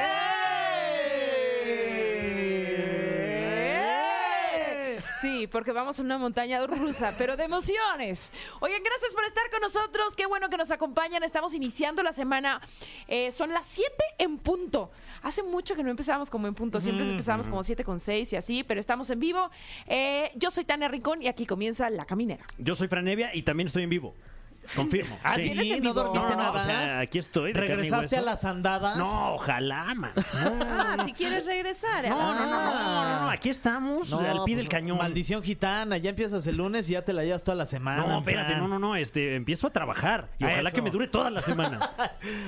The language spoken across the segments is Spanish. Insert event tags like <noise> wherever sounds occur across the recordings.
¡Eh! Sí, porque vamos a una montaña rusa, pero de emociones. Oigan, gracias por estar con nosotros. Qué bueno que nos acompañan. Estamos iniciando la semana. Eh, son las 7 en punto. Hace mucho que no empezamos como en punto. Siempre empezamos como 7 con 6 y así, pero estamos en vivo. Eh, yo soy Tania Rincón y aquí comienza La Caminera. Yo soy Franevia y también estoy en vivo. Confirmo. Ah, ¿sí eres el no dormiste No, no, nada? O sea, aquí estoy. de carne y ¿Regresaste a hueso. las andadas? No, pues, ojalá, <laughs> man. No, Ah, <laughs> si quieres regresar. no, no, no, no, no, no, Aquí estamos No, al pie pues, del cañón. Maldición gitana, ya empiezas el lunes y ya te la llevas toda la semana. No, espérate, Fran. no, no, no. Este, empiezo a trabajar y Ah, ojalá eso. que me dure toda la <laughs> semana.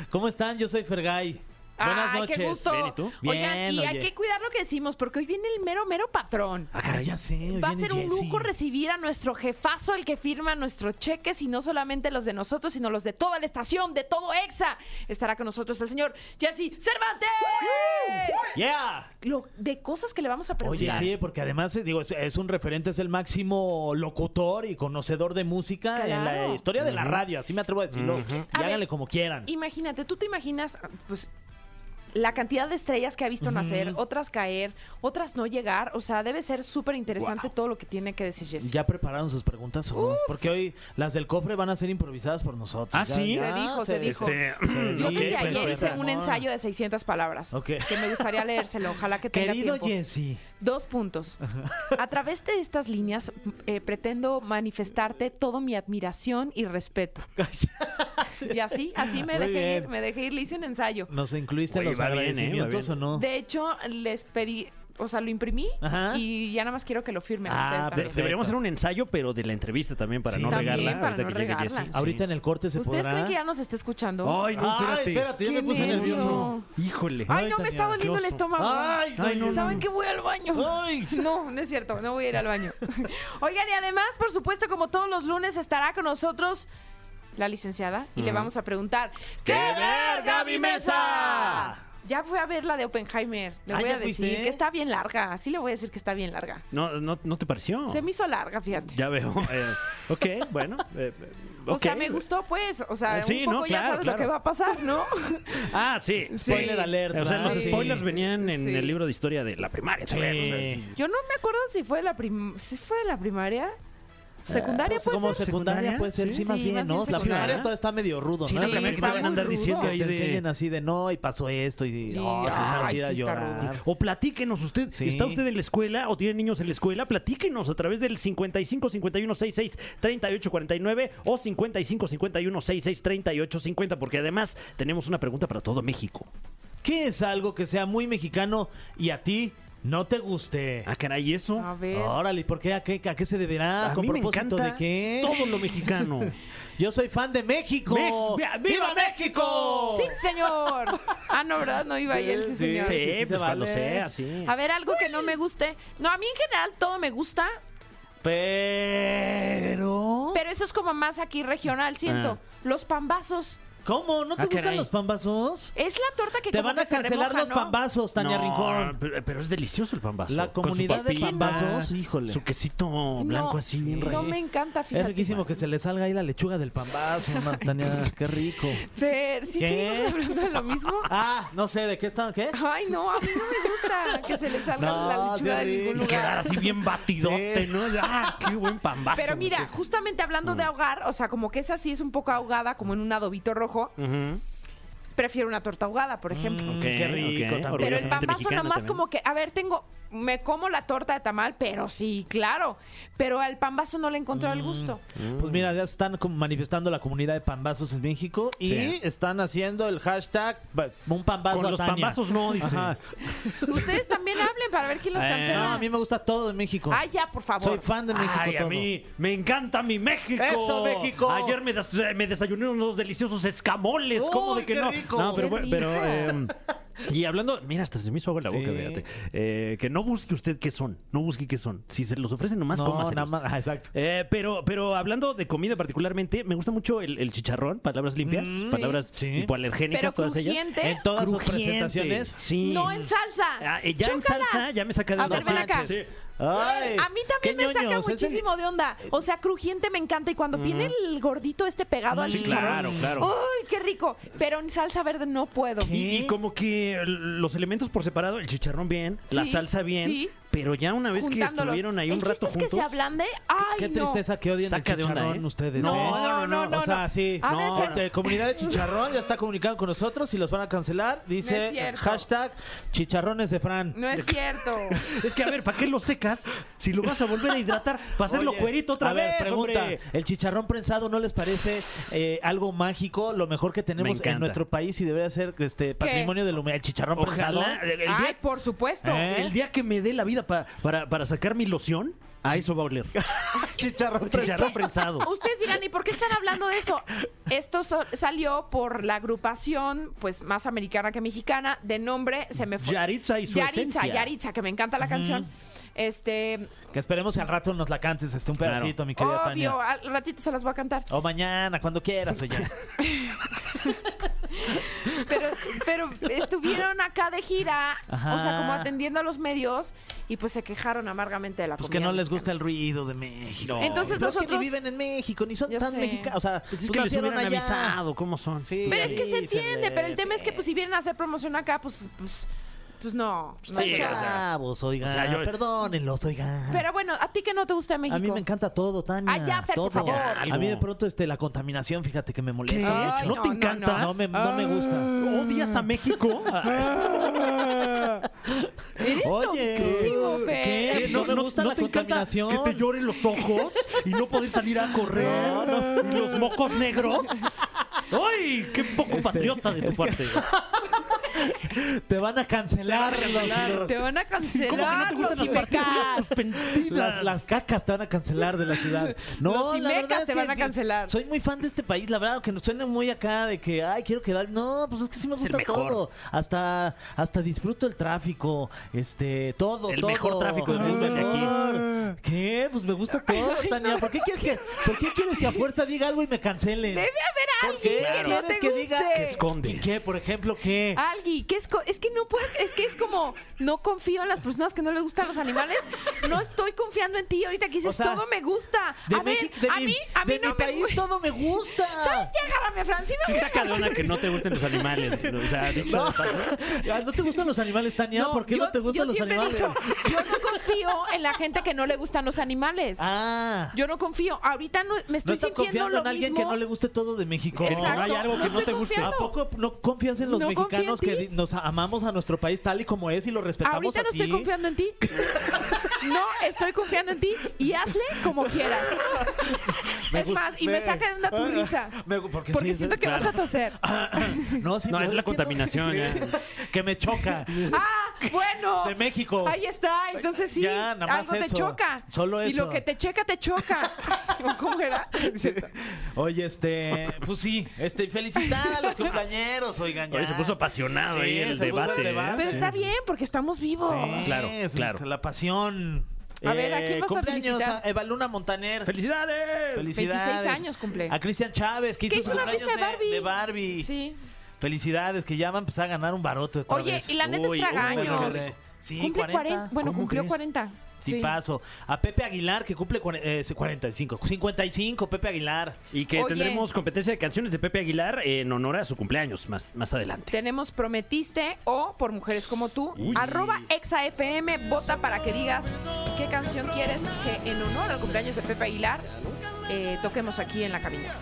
¿Cómo están? Yo soy Fergay. Buenas Ay, noches. qué gusto. Bien, ¿y tú? Oigan, y Bien, hay oye. que cuidar lo que decimos, porque hoy viene el mero, mero patrón. Ah, caray, ya sé. hoy Va a viene ser un Jesse. lujo recibir a nuestro jefazo, el que firma nuestros cheques, y no solamente los de nosotros, sino los de toda la estación, de todo EXA. Estará con nosotros el señor Jesse Cervantes. Yeah. Lo de cosas que le vamos a Oye, preguntar. sí, porque además eh, digo, es, es un referente, es el máximo locutor y conocedor de música en Claro. la historia de la radio, así me atrevo a decirlo. A Y ver, háganle como quieran. Imagínate, tú te imaginas, pues, la cantidad de estrellas que ha visto nacer, otras caer, otras no llegar. O sea, debe ser súper interesante Guau. todo lo que tiene que decir Jesse. ¿Ya prepararon sus preguntas o no? Porque hoy las del cofre van a ser improvisadas por nosotros. Ah, Ya- ¿sí? ya Se dijo, se dijo. Este, <clears throat> Sí. Yo Ok, desde pues, ayer hice Ramón. un ensayo de 600 palabras. Ok. Que me gustaría leérselo. Ojalá que tenga Querido tiempo. Jesse. Dos puntos. A través de estas líneas eh, pretendo manifestarte toda mi admiración y <laughs> respeto. Y así, así me Muy dejé bien. ir, me dejé ir, le hice un ensayo. ¿Nos incluiste en Oye, los va bien, ¿eh? agradecimientos Va o bien. no? De hecho, les pedí, o sea, lo imprimí Ajá. y ya nada más quiero que lo firmen Ah, ustedes de- también. perfecto. deberíamos hacer un ensayo, pero de la entrevista también para Sí, no también, regarla. para ahorita no que llegue regarla. Jesse. Ahorita en el corte se ¿Ustedes podrá. creen que ya nos está escuchando? Ay, no, Ay, espérate. espérate, ya Qué me puse nervio. nervioso. Híjole. Ay, no, me Ay, está Tania, doliendo el qué oso. estómago. Ay, ay, no, no, ¿Saben no. que voy al baño? Ay. No, no es cierto, no voy a ir al <laughs> baño. Oigan, y además, por supuesto, como todos los lunes, estará con nosotros la licenciada y le vamos a preguntar: ¡Qué ver, Gaby Mesa? Ya fue a ver la de Oppenheimer. Le Ah, voy ¿ya a decir fuiste? que está bien larga. Sí, le voy a decir que está bien larga. No, no, ¿no te pareció? Se me hizo larga, fíjate. Ya veo. eh, ok, bueno. eh, O sea, ok. Eh, me gustó, pues. O sea, Sí, un poco no, ya claro, sabes lo claro. que va a pasar, <laughs> ¿no? Ah, sí. Spoiler Sí. alert. O sea, ¿no? los Sí. spoilers venían en Sí. el libro de historia de la primaria. Sí. ¿sabes? O sea, Yo no me acuerdo si fue la prim si fue la Eh, primaria. Secundaria, Pues puede como ser. secundaria, ¿Secundaria? puede ser, sí, Sí, más sí, bien, más ¿no? bien la secundaria. primaria todo está medio rudo, Sí, ¿no? la Sí, primaria está van a andar muy diciendo rudo. ahí Que te de... enseñen así de no, y pasó esto, y Sí. oh, sí está Ay, chida sí está llorar. rudo. O platíquenos usted, Sí. ¿está usted en la escuela o tiene niños en la escuela? Platíquenos a través del 55 51 66 38 49 o 55 51 66 38 50 porque además tenemos una pregunta para todo México. ¿Qué es algo que sea muy mexicano y a ti no te guste? Ah, caray, ¿y eso. A ver. Órale, ¿y ¿por qué? ¿A qué, a qué se deberá? A ¿Con mí me propósito encanta de qué? todo lo <laughs> mexicano. Yo soy fan de México. Mex- ¡Viva- viva México! Sí, señor. <laughs> Ah, no, ¿verdad? No iba ahí el sí, señor. sí, sí, sí, pues se cuando vale. sea, sí. A ver, algo que no me guste. No, a mí en general todo me gusta, Pero. pero eso es como más aquí Ah. regional, siento. Los pambazos. ¿Cómo? ¿No te Ah, gustan caray. los pambazos? Es la torta que Te como van que a se cancelar remoja, los ¿no? pambazos, Tania No, Rincón. Pero, pero es delicioso el pambazo. La Con su comunidad de papita, pambazos, Ah, híjole. Su quesito blanco no, así, bien No rey. me encanta, Es fíjate. riquísimo que se le salga ahí la lechuga del pambazo, ma- <laughs> Tania. Qué rico. Fer, ¿sí ¿Qué? seguimos hablando de lo <laughs> mismo? Ah, no sé, ¿de qué están? ¿Qué? Ay, no, a mí no me gusta que se le salga No, la lechuga de qué ningún rico. Y quedar lugar. así bien batidote, Sí. ¿no? Ah, qué buen pambazo. Pero mira, justamente hablando de Mm. ahogar, o sea, como que esa sí es un poco ahogada, como en un adobito rojo. Ujú. Prefiero una torta ahogada, por ejemplo. Mm, Ok, ok. qué rico también. Pero el orgullosamente pambazo mexicana nomás también. como que, a ver, tengo, me como la torta de tamal, pero sí, claro. Pero al pambazo no le encontré Mm. el gusto. Pues mira, ya están como manifestando la comunidad de pambazos en México y Sí. están haciendo el hashtag ba- un pambazo Con a los Tania. pambazos no, dice. Ajá. Ustedes también hablen para ver quién los Eh, No, cancela. a mí me gusta todo en México. Ah, ya, por favor. Soy fan de México Ay, todo. a mí me encanta mi México. ¡Eso, México! Ayer me, des- me desayuné unos deliciosos escamoles. ¿Cómo ¡Uy, de que qué no? rico! No, pero, ¡Qué bueno, pero, rico! em, Y hablando, mira, hasta se me hizo agua en la boca, Sí. fíjate. Eh, que no busque usted qué son, no busque qué son. Si se los ofrecen nomás, No, cómaselos. nada más. Ah, <laughs> exacto. Eh, pero, pero hablando de comida particularmente, me gusta mucho el, el chicharrón, palabras limpias, palabras Mm, Sí. hipoalergénicas, Pero todas crujiente. ellas. En todas sus Crujiente, presentaciones. Sí. No en salsa. Ah, eh, ya en Chócalas. salsa, ya me saca de A ver, onda. ven acá. Sí. Ay, A mí qué también me saca ñoños, es el- muchísimo de onda. eh, O sea, crujiente me encanta. Y cuando viene el gordito este pegado al Ah, Sí, chicharrón. claro, claro. ¡Ay, qué rico! Pero en salsa verde no puedo. ¿Qué? Y, y como que los elementos por separado, el chicharrón bien, la Sí, salsa bien, sí. pero ya una vez que Juntándolos. estuvieron ahí el un rato chiste es que se juntos, ablande. ¡Ay, Qué no! tristeza que odien Saca el de onda, chicharrón ¿eh? ustedes. No, ¿eh? no, no, no, O sea, no. sí. A No, ver, Fer- eh, comunidad de chicharrón ya está comunicado con nosotros y los van a cancelar. No Dice es cierto. hashtag chicharrones de Fran. No es cierto. <laughs> es que a ver, ¿para qué lo secas si lo vas a volver a hidratar? Para hacerlo Oye, cuerito otra a vez. ver, pregunta. hombre? ¿El chicharrón prensado no les parece eh, algo mágico? Lo mejor que tenemos en encanta. nuestro país y debería ser este patrimonio de la humanidad. El chicharrón <laughs> prensado. <laughs> Ojalá. El, el día- ¡Ay, por supuesto! ¿Eh? el día que me dé la vida pa- para, para sacar mi loción, a eso va a oler. Chicharrón Chicharrón prensado. Ustedes dirán, ¿y por qué están hablando de eso? Esto so- salió por la agrupación, pues más americana que mexicana, de nombre, se me fue. Yaritza y su Yaritza, esencia. Yaritza, que me encanta la canción. Este, Que esperemos al rato nos la cantes este un Claro. pedacito, mi querida obvio, Tania. al ratito se las voy a cantar. O mañana, cuando <laughs> quieras, oye. Pero, pero estuvieron acá de gira, Ajá. o sea, como atendiendo a los medios, y pues se quejaron amargamente de la Pues que comida no les mexicana. gusta el ruido de México. No. Entonces Pero es que nosotros- ni viven en México, ni son Ya tan sé. mexicanos. O sea, Pues es pues que les nacieron hubieran allá. avisado cómo son. Sí. Pero es que se avísale, entiende, pero el tema es que sí. pues si vienen a hacer promoción acá, pues, pues, pues no. no Sí, es o sea, chava. Chavos, oigan. o sea, yo- Perdónenlos, oigan. Pero bueno, a ti que no te gusta México. A mí me encanta todo, Tania. Ah, ya, Fer, todo. por favor. A mí de pronto este, la contaminación, fíjate que me ¿Qué? molesta. mucho. Ay, ¿No, no, te no, encanta? <laughs> No me, no me gusta. Ah, ¿Odias a México? <laughs> Oye, tontísimo, Fer. Eh, ¿qué? No, me gusta la te encanta contaminación. Que te lloren los ojos y no poder salir a correr. ¿Y Los mocos negros. ¡Ay! ¡Qué poco patriota de tu parte! Te van a cancelar los- Te <laughs> van a ¿Cómo que no cancelar te gustan los las partículas IMECAS. suspendidas? Las, las cacas te van a cancelar de <laughs> la ciudad. No, Los la Imecas verdad es te que van a cancelar. Soy muy fan de este país, la verdad, que nos suena muy acá de que, ay, quiero quedar. No, pues es que sí me Es el gusta mejor. todo. Hasta, hasta disfruto el tráfico, este, todo, El todo. mejor tráfico del mundo es de aquí. Mejor. ¿Qué? Pues me gusta todo, Tania. ¿Por qué quieres que, por qué quieres que a fuerza diga algo y me cancelen? Debe haber ¿Por qué alguien que no te quieres que diga guste. que escondes? ¿Qué? Por ejemplo, ¿qué? Alguien, que es, co- es que no puede, es que es como no confío en las personas que no les gustan los animales. No estoy confiando en ti. Ahorita que dices O sea, todo me gusta. De a ver, México- de a mi- mí, a mí de no mi me país gusta. todo me gusta. ¿Sabes qué? Agárrame, Fran. Sí me gusta. Saca de una que no te gusten los animales. O sea, dicho No. Ah, de paso. <laughs> ¿No te gustan los animales, Tania? ¿Por qué yo, no te gustan yo los siempre he animales? dicho, yo no confío en la gente que no le gustan los animales. Ah, Yo no confío. Ahorita no- me ¿no estoy estás sintiendo confiando lo en alguien mismo. que no le guste todo de México? Que no Exacto. haya algo que no estoy te guste. confiando. ¿A poco no confías en los No confío en mexicanos que ti. di- nos amamos a nuestro país tal y como es y lo respetamos Ahorita no así? estoy confiando en ti. No estoy confiando en ti y hazle como <laughs> quieras. es más, y me saca de una tu risa. Ah, Ah, Me gu- porque Porque sí, siento sí, que vas a <laughs> toser. Ah, No, sí, No, pero es la que no- contaminación, eh. Sí. <laughs> que me choca. Ah, bueno. De México. Ahí está, entonces sí, Ya, nada más algo te eso. choca. Solo Y lo eso. que te checa, te <laughs> choca. ¿Cómo era? <laughs> Oye, este, pues sí, este, felicitar <laughs> a los compañeros, oigan, ya. Oye, se puso apasionado Sí, ahí el se puso debate. el ¿eh? debate. Pero está bien, porque estamos vivos. Sí, Claro, es claro. La pasión. Eh, A ver, ¿a quién vas a cumpleaños felicitar? a Evaluna Montaner. ¡Felicidades! Felicidades. 26 años cumple. A Cristian Chávez, que hizo, Que su hizo una cumpleaños fiesta de Barbie. Barbie. Sí. Felicidades, que ya va a empezar a ganar un barote otra Oye, vez. y la neta Uy, es tragaños. uy, Híjole. Sí, Cumple 40. 40. Bueno, ¿Cómo cumplió crees? 40. Sí. Tipazo. A Pepe Aguilar, que cumple cuare- eh, 45. 55, Pepe Aguilar. Y que Oye. tendremos competencia de canciones de Pepe Aguilar en honor a su cumpleaños más, más adelante. Tenemos Prometiste o Por Mujeres Como Tú, arroba exafm, vota para que digas qué canción quieres que en honor al cumpleaños de Pepe Aguilar eh, toquemos aquí en la cabina.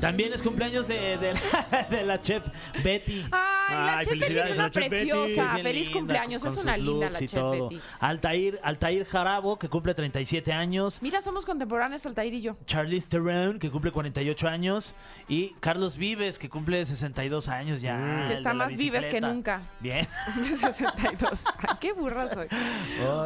También es cumpleaños de, de la, <laughs> de la chef Betty. Ay, la Ay, Chef Betty es felicidades a una la Chef Betty. Sí, es preciosa. bien Feliz linda, cumpleaños, con es una sus linda la looks y Chef todo. Betty. Altair, Altair Jarabo, que cumple 37 años. Mira, somos contemporáneos Altair y yo. <laughs> Charlize Theron, que cumple 48 años. Y Carlos Vives, que cumple 62 años ya. Mm. Que el está de la más vives que bicicleta. nunca. Bien. <laughs> 62. Ay, qué burra soy.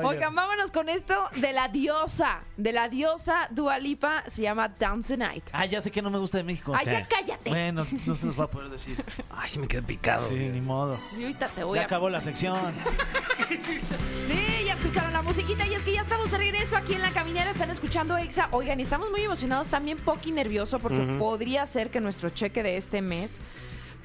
Oigan, vámonos con esto de la diosa. De la diosa Dualipa se llama Dance the Night. Ah, ya sé que no me gusta de México. Ay, ya cállate. <laughs> Bueno, no se los va a poder decir. Ay, sí me quedé picado. sí, ni modo. Y ahorita te voy Ya a... acabó <laughs> la sección. Sí, ya escucharon la musiquita y es que ya estamos de regreso aquí en la caminera, están escuchando Exa. Oigan, y estamos muy emocionados, también Poqui nervioso porque podría ser que nuestro cheque de este mes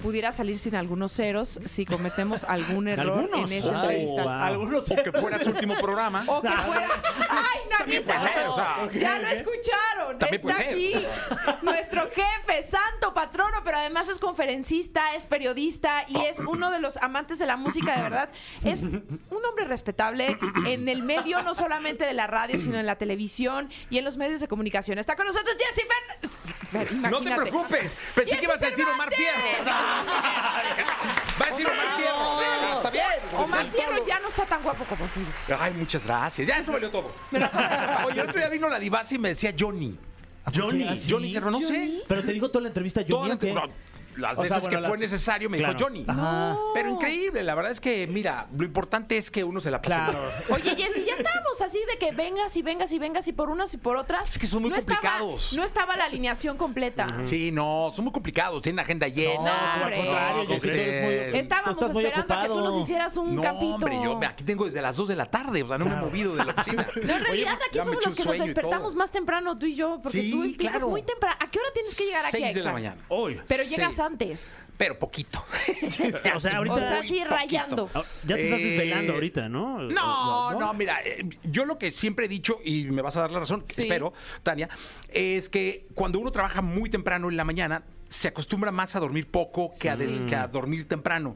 pudiera salir sin algunos ceros si cometemos <laughs> algún error Algunos. en esa Ay, entrevista. wow. Algunos O que fuera su último programa. O que fuera. ¡Ay, También Namita! puede ser, o sea. Ya lo escucharon. También Está puede aquí. ser. Nuestro jefe, santo patrono, pero además es conferencista, es periodista y es uno de los amantes de la música, de verdad. Es un hombre respetable en el medio, no solamente de la radio, sino en la televisión y en los medios de comunicación. Está con nosotros Jesse Fer. Fer, No te imagínate. preocupes. Pensé ¡Jesse que ibas a decir Omar Cervantes! Fierro. O sea, Va a decir Omar Fierro. Está bien. Omar Con Fierro todo. ya no está tan guapo como tú dices. Ay, muchas gracias. Ya eso valió todo. <laughs> Oye, el otro día vino la divasa y me decía Johnny. Johnny. ¿Sí? Johnny Cerro, no sé. Pero te digo toda la entrevista, yo Toda la- no, las O sea, veces bueno, que fue las- necesario me dijo Claro. Johnny. Ajá. Pero increíble, la verdad es que, mira, lo importante es que uno se la pase. Claro. bien. Oye, Jessy, ya estábamos así de que vengas y vengas y vengas y por unas y por otras. Es que son muy estaba- complicados. no estaba la alineación completa. Sí, no, son muy complicados, tienen agenda llena. No, al contrario, ¿cómo yo sí, tú eres muy- crees? Estábamos Tú estás muy esperando a que tú ocupado. nos hicieras un no, capítulo. hombre, yo me- aquí tengo desde las 2 de la tarde, o sea, no me he movido de la oficina. <laughs> No, en realidad aquí pues, ya me somos eché los un que nos sueño y despertamos todo. más temprano tú y yo, porque Sí, tú empiezas claro. muy temprano. ¿A qué hora tienes que llegar aquí a Seis de la Exa? mañana. Hoy. Pero llegas Sí. antes. Pero poquito. <laughs> O sea, ahorita- O sea, Muy sí, poquito. rayando. Ah, Ya te estás Eh, desvelando ahorita, ¿no? No, O- no, mira, eh, yo lo que siempre he dicho, y me vas a dar la razón, Sí. espero, Tania, es que cuando uno trabaja muy temprano en la mañana, se acostumbra más a dormir poco que a, des- que a dormir temprano.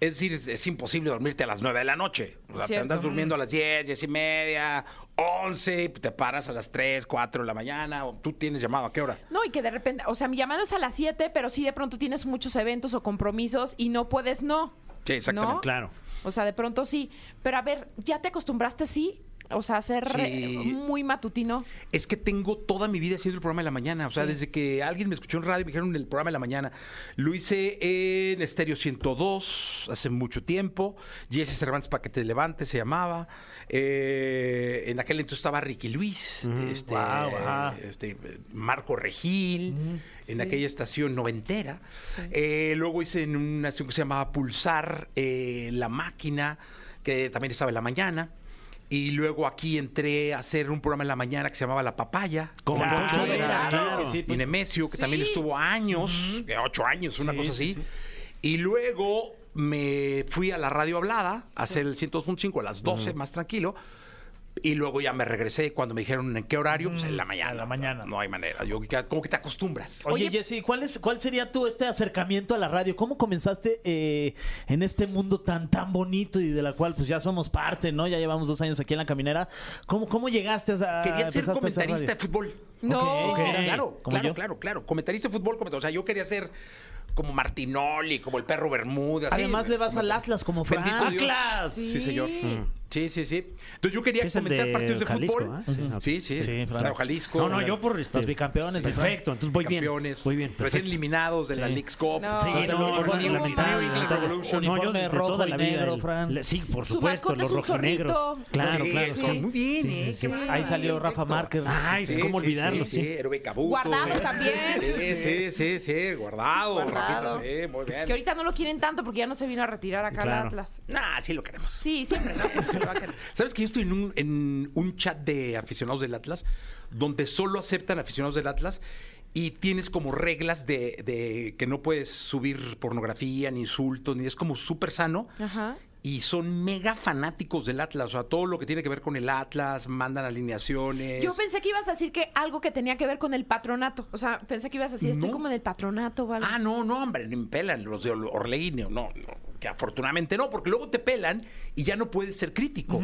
Es decir, es, es imposible dormirte a las 9 de la noche. O sea, te Cierto. andas durmiendo a las 10, 10 y media, 11, te paras a las 3, 4 de la mañana, o tú tienes llamado, ¿a qué hora? No, y que de repente, o sea, mi llamado es a las 7, pero sí de pronto tienes muchos eventos o compromisos y no puedes no. Sí, exactamente. ¿No? Claro. O sea, de pronto sí. Pero a ver, ¿ya te acostumbraste, sí? O sea, a ser Sí. eh, muy matutino. Es que tengo toda mi vida haciendo el programa de la mañana. O sea, desde que alguien me escuchó en radio y me dijeron el programa de la mañana. Lo hice en Estéreo 102 hace mucho tiempo. Jesse Cervantes para que te levantes se llamaba. Eh, en aquel entonces estaba Ricky Luis, este, ajá. este, Marco Regil, en aquella estación noventera. Eh, luego hice en una estación que se llamaba Pulsar, eh, La Máquina, que también estaba en la mañana. Y luego aquí entré a hacer un programa en la mañana que se llamaba La Papaya. Con Claro, Poncho sí, de la claro. Sierra. Sí, sí, Y Nemesio, que también estuvo años, eh, ocho años, una Sí, cosa sí, así. sí. Y luego me fui a la radio hablada a hacer el 102.5 a las 12, más tranquilo. Y luego ya me regresé cuando me dijeron en qué horario, pues en la mañana. a la mañana. No hay manera. Yo ya como que te acostumbras. Oye, Oye, Jessy, ¿cuál, es, ¿cuál sería tu este acercamiento a la radio? ¿Cómo comenzaste eh, en este mundo tan tan bonito y de la cual pues ya somos parte, ¿no? Ya llevamos dos años aquí en la caminera. ¿Cómo, cómo llegaste a Quería ser empezaste a hacer comentarista de radio? fútbol. No. Ok, Claro, claro, como claro, yo. claro, claro. Comentarista de fútbol, comentarista. O sea, yo quería ser como Martinoli, como el perro Bermúdez. así. Además le vas al Atlas como Frank. Bendito Dios. ¡Atlas! Sí, señor. Mm. Sí, sí, sí. Entonces yo quería Sí, es el comentar de partidos de Jalisco, fútbol. ¿eh? Sí, ok. Sí, Sí, sí. claro. Claro, Jalisco. No, no, yo por este- Los bicampeones, mi Frank. Perfecto, entonces voy bien. campeones. Voy bien. Recién perfecto. eliminados de la Sí. League's Cup. No. Sí, O sea, no, no, por New England- lamentable, New England lamentable. Revolution. No, yo Uniforme desde rojo toda y la vida, negro, el- Fran. le- Sí, por Su supuesto, mascota es los un rojinegros. zorrito. Claro, Sí, claro. son sí. Muy bien, ¿eh? Qué sí. bárbaro. Ahí salió Perfecto. Rafa Márquez. Ay, sí, cómo olvidarlo, Sí, sí, sí. héroe Cabuto. Guardado también. Sí, sí, sí, sí, guardado. Guardado. Rafita, Sí, muy Que bien. ahorita no lo quieren tanto porque ya no se vino a retirar acá al Claro. Atlas. Nah, sí lo queremos. Sí, siempre, <laughs> ¿no? Siempre se lo va a querer. ¿Sabes que yo estoy en un, en un chat de aficionados del Atlas donde solo aceptan aficionados del Atlas y tienes como reglas de, de que no puedes subir pornografía, ni insultos, ni es como súper sano? Ajá. Y son mega fanáticos del Atlas, o sea, todo lo que tiene que ver con el Atlas, mandan alineaciones. Yo pensé que ibas a decir que algo que tenía que ver con el patronato. O sea, pensé que ibas a decir, estoy No. como en el patronato o algo. Ah, no, no, hombre, ni me pelan los de Or- Orlegui, no, no, que afortunadamente no, porque luego te pelan y ya no puedes ser crítico. ok.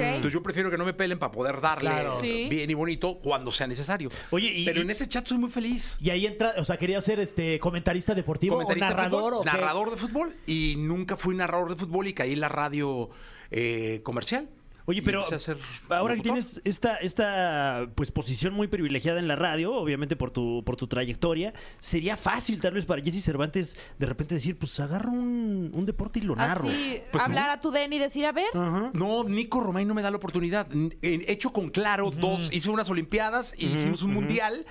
Entonces yo prefiero que no me pelen para poder darle Claro. Sí. bien y bonito cuando sea necesario. Oye, y- pero y- en ese chat soy muy feliz. Y ahí entra, o sea, quería ser este comentarista deportivo Comentarista o narrador de o fútbol, qué? narrador de fútbol y nunca fui narrador de fútbol y caí en la radio eh, comercial. Oye, Y pero empecé a ser ahora que locutor. tienes esta, esta pues posición muy privilegiada en la radio, obviamente por tu, por tu trayectoria, sería fácil tal vez para Jesse Cervantes de repente decir, pues agarro un, un deporte y lo narro. Así, Pues hablar a tu den y decir, a ver, Ajá. No, Nico Romay no me da la oportunidad. N- en- hecho con claro, dos, hice unas Olimpiadas, hicimos un mundial.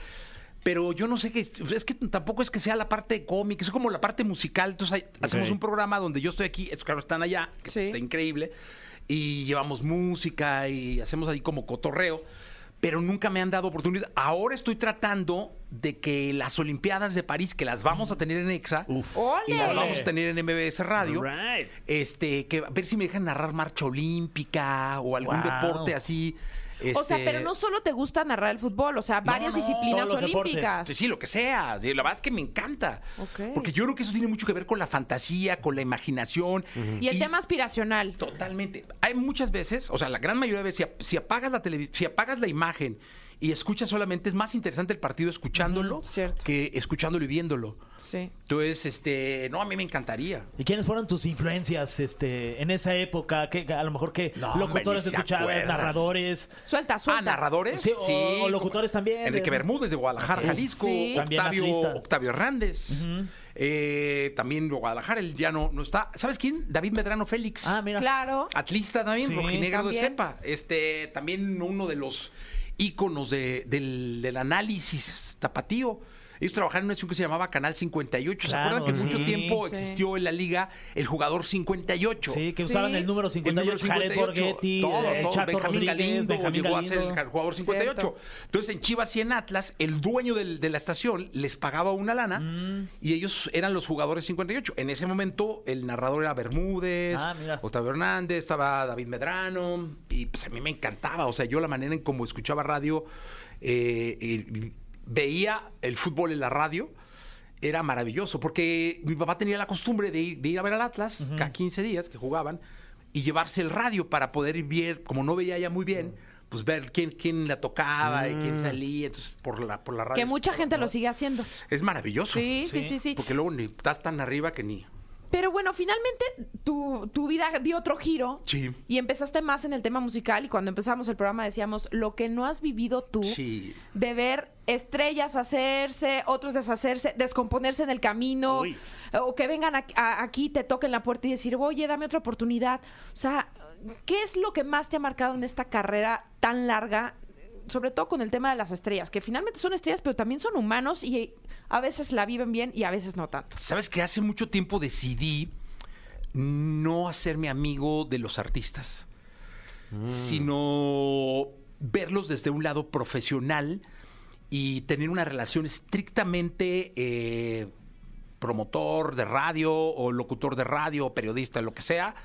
Pero yo no sé qué. Es que tampoco es que sea la parte cómica, es como la parte musical. Entonces hay- hacemos un programa donde yo estoy aquí, es- claro, están allá, que Sí. está increíble. Y llevamos música y hacemos ahí como cotorreo. Pero nunca me han dado oportunidad. Ahora estoy tratando de que las Olimpiadas de París, que las vamos a tener en EXA, Uf. y ¡Ole! las vamos a tener en MBS Radio. Uh. Alright. Este, que a ver si me dejan narrar marcha olímpica o algún Wow. deporte así. O sea, este, pero no solo te gusta narrar el fútbol, o sea, varias no, disciplinas todos los deportes. olímpicas. Sí, pues sí, lo que sea. Sí, La verdad es que me encanta. Ok. Porque yo creo que eso tiene mucho que ver con la fantasía, con la imaginación. Y el tema aspiracional. Totalmente. Hay muchas veces, o sea, la gran mayoría de veces, si ap- si, apagas la televi- si apagas la imagen y escuchas solamente, es más interesante el partido escuchándolo Ujú, cierto. que escuchándolo y viéndolo. Sí. Entonces, este, no, a mí me encantaría. ¿Y quiénes fueron tus influencias este, en esa época? ¿Qué, a lo mejor que No, hombre, ni locutores se escuchabas, acuerdan. narradores. Suelta, Ah, suelta. narradores. Sí, o- o locutores como- también. Enrique Bermúdez de Guadalajara, Ok. Jalisco. Sí. También Octavio, atlista. Octavio Hernández. Eh, también de Guadalajara, él ya no, no está. ¿Sabes quién? David Medrano Félix. Ah, mira. Claro. Atlista también, Sí. rojinegro También. de cepa. Este, también uno de los íconos de- del, del análisis tapatío. Ellos trabajaron en una edición que se llamaba Canal 58. ¿Se Claro, acuerdan que sí. mucho tiempo Sí. existió en la liga el jugador 58? Sí, que Sí. usaban el número El 58, número 58. Jared Borghetti, todos, el todos. Chato Benjamín Rodríguez, Galindo Benjamín llegó a Galindo. ser el jugador 58. Cierto. Entonces en Chivas y en Atlas, el dueño del- de la estación les pagaba una lana Mm. y ellos eran los jugadores 58. En ese momento el narrador era Bermúdez, Ah, mira. Octavio Hernández, estaba David Medrano y pues a mí me encantaba. O sea, yo la manera en cómo escuchaba radio, eh, y veía el fútbol en la radio. Era maravilloso, porque mi papá tenía la costumbre de ir, de ir a ver al Atlas cada 15 días que jugaban y llevarse el radio para poder ir ver, como no veía ya muy bien, pues ver quién, quién la tocaba y quién salía, entonces por la, por la radio. Que mucha gente lo sigue haciendo. Es maravilloso. Sí, sí, sí, sí. Porque luego ni estás tan arriba que ni. Pero bueno, finalmente tu, tu vida dio otro giro. Sí. Y empezaste más en el tema musical. Y cuando empezamos el programa decíamos, lo que no has vivido tú Sí. de ver estrellas hacerse, otros deshacerse, descomponerse en el camino, Uy. o que vengan a- a- aquí, te toquen la puerta y decir, oye, dame otra oportunidad. O sea, ¿qué es lo que más te ha marcado en esta carrera tan larga? Sobre todo con el tema de las estrellas, que finalmente son estrellas, pero también son humanos y a veces la viven bien y a veces no tanto. <laughs> Sabes que hace mucho tiempo decidí no hacerme amigo de los artistas, sino verlos desde un lado profesional y tener una relación estrictamente eh, promotor de radio o locutor de radio o periodista, lo que sea,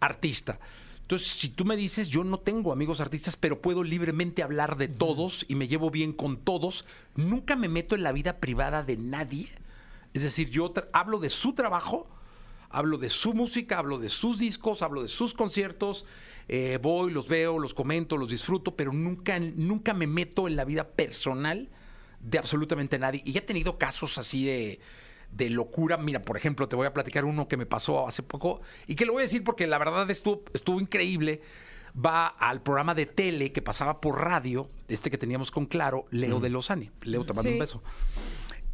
artista. Entonces, si tú me dices, yo no tengo amigos artistas, pero puedo libremente hablar de todos y me llevo bien con todos, nunca me meto en la vida privada de nadie. Es decir, yo tra- hablo de su trabajo, hablo de su música, hablo de sus discos, hablo de sus conciertos, eh, voy, los veo, los comento, los disfruto, pero nunca, nunca me meto en la vida personal de absolutamente nadie. Y he tenido casos así de, de locura. Mira, por ejemplo, te voy a platicar uno que me pasó hace poco y que lo voy a decir porque la verdad estuvo, estuvo increíble. Va al programa de tele que pasaba por radio, este que teníamos con Claro, Leo de Lozani. Leo, te mando Sí. un beso.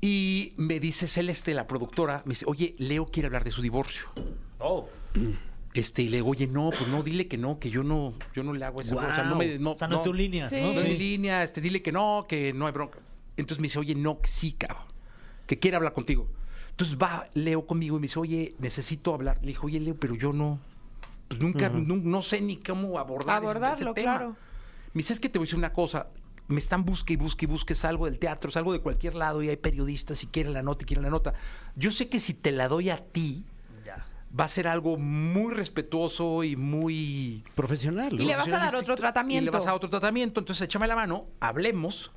Y me dice Celeste, la productora, me dice, oye, Leo quiere hablar de su divorcio. Este, y le digo, oye, no, pues no, dile que no, que yo no, yo no le hago ese O sea, no me, no, o sea, no, es tu línea. Sí. ¿no? no es mi línea, este, dile que no, que no hay bronca. Entonces me dice, oye, no, que sí, cabrón, que quiere hablar contigo. Entonces va Leo conmigo y me dice, oye, necesito hablar. Le dijo, oye, Leo, pero yo no, pues nunca, nu- no, sé ni cómo abordar ese- Abordarlo, ese tema. claro. Me dice, es que te voy a decir una cosa. Me están busque y busque y busque, salgo del teatro, salgo de cualquier lado y hay periodistas y quieren la nota y quieren la nota. Yo sé que si te la doy a ti, va a ser algo muy respetuoso y muy... Profesional. Y le vas a dar otro tratamiento. Y le vas a dar otro tratamiento. Entonces, échame la mano, hablemos,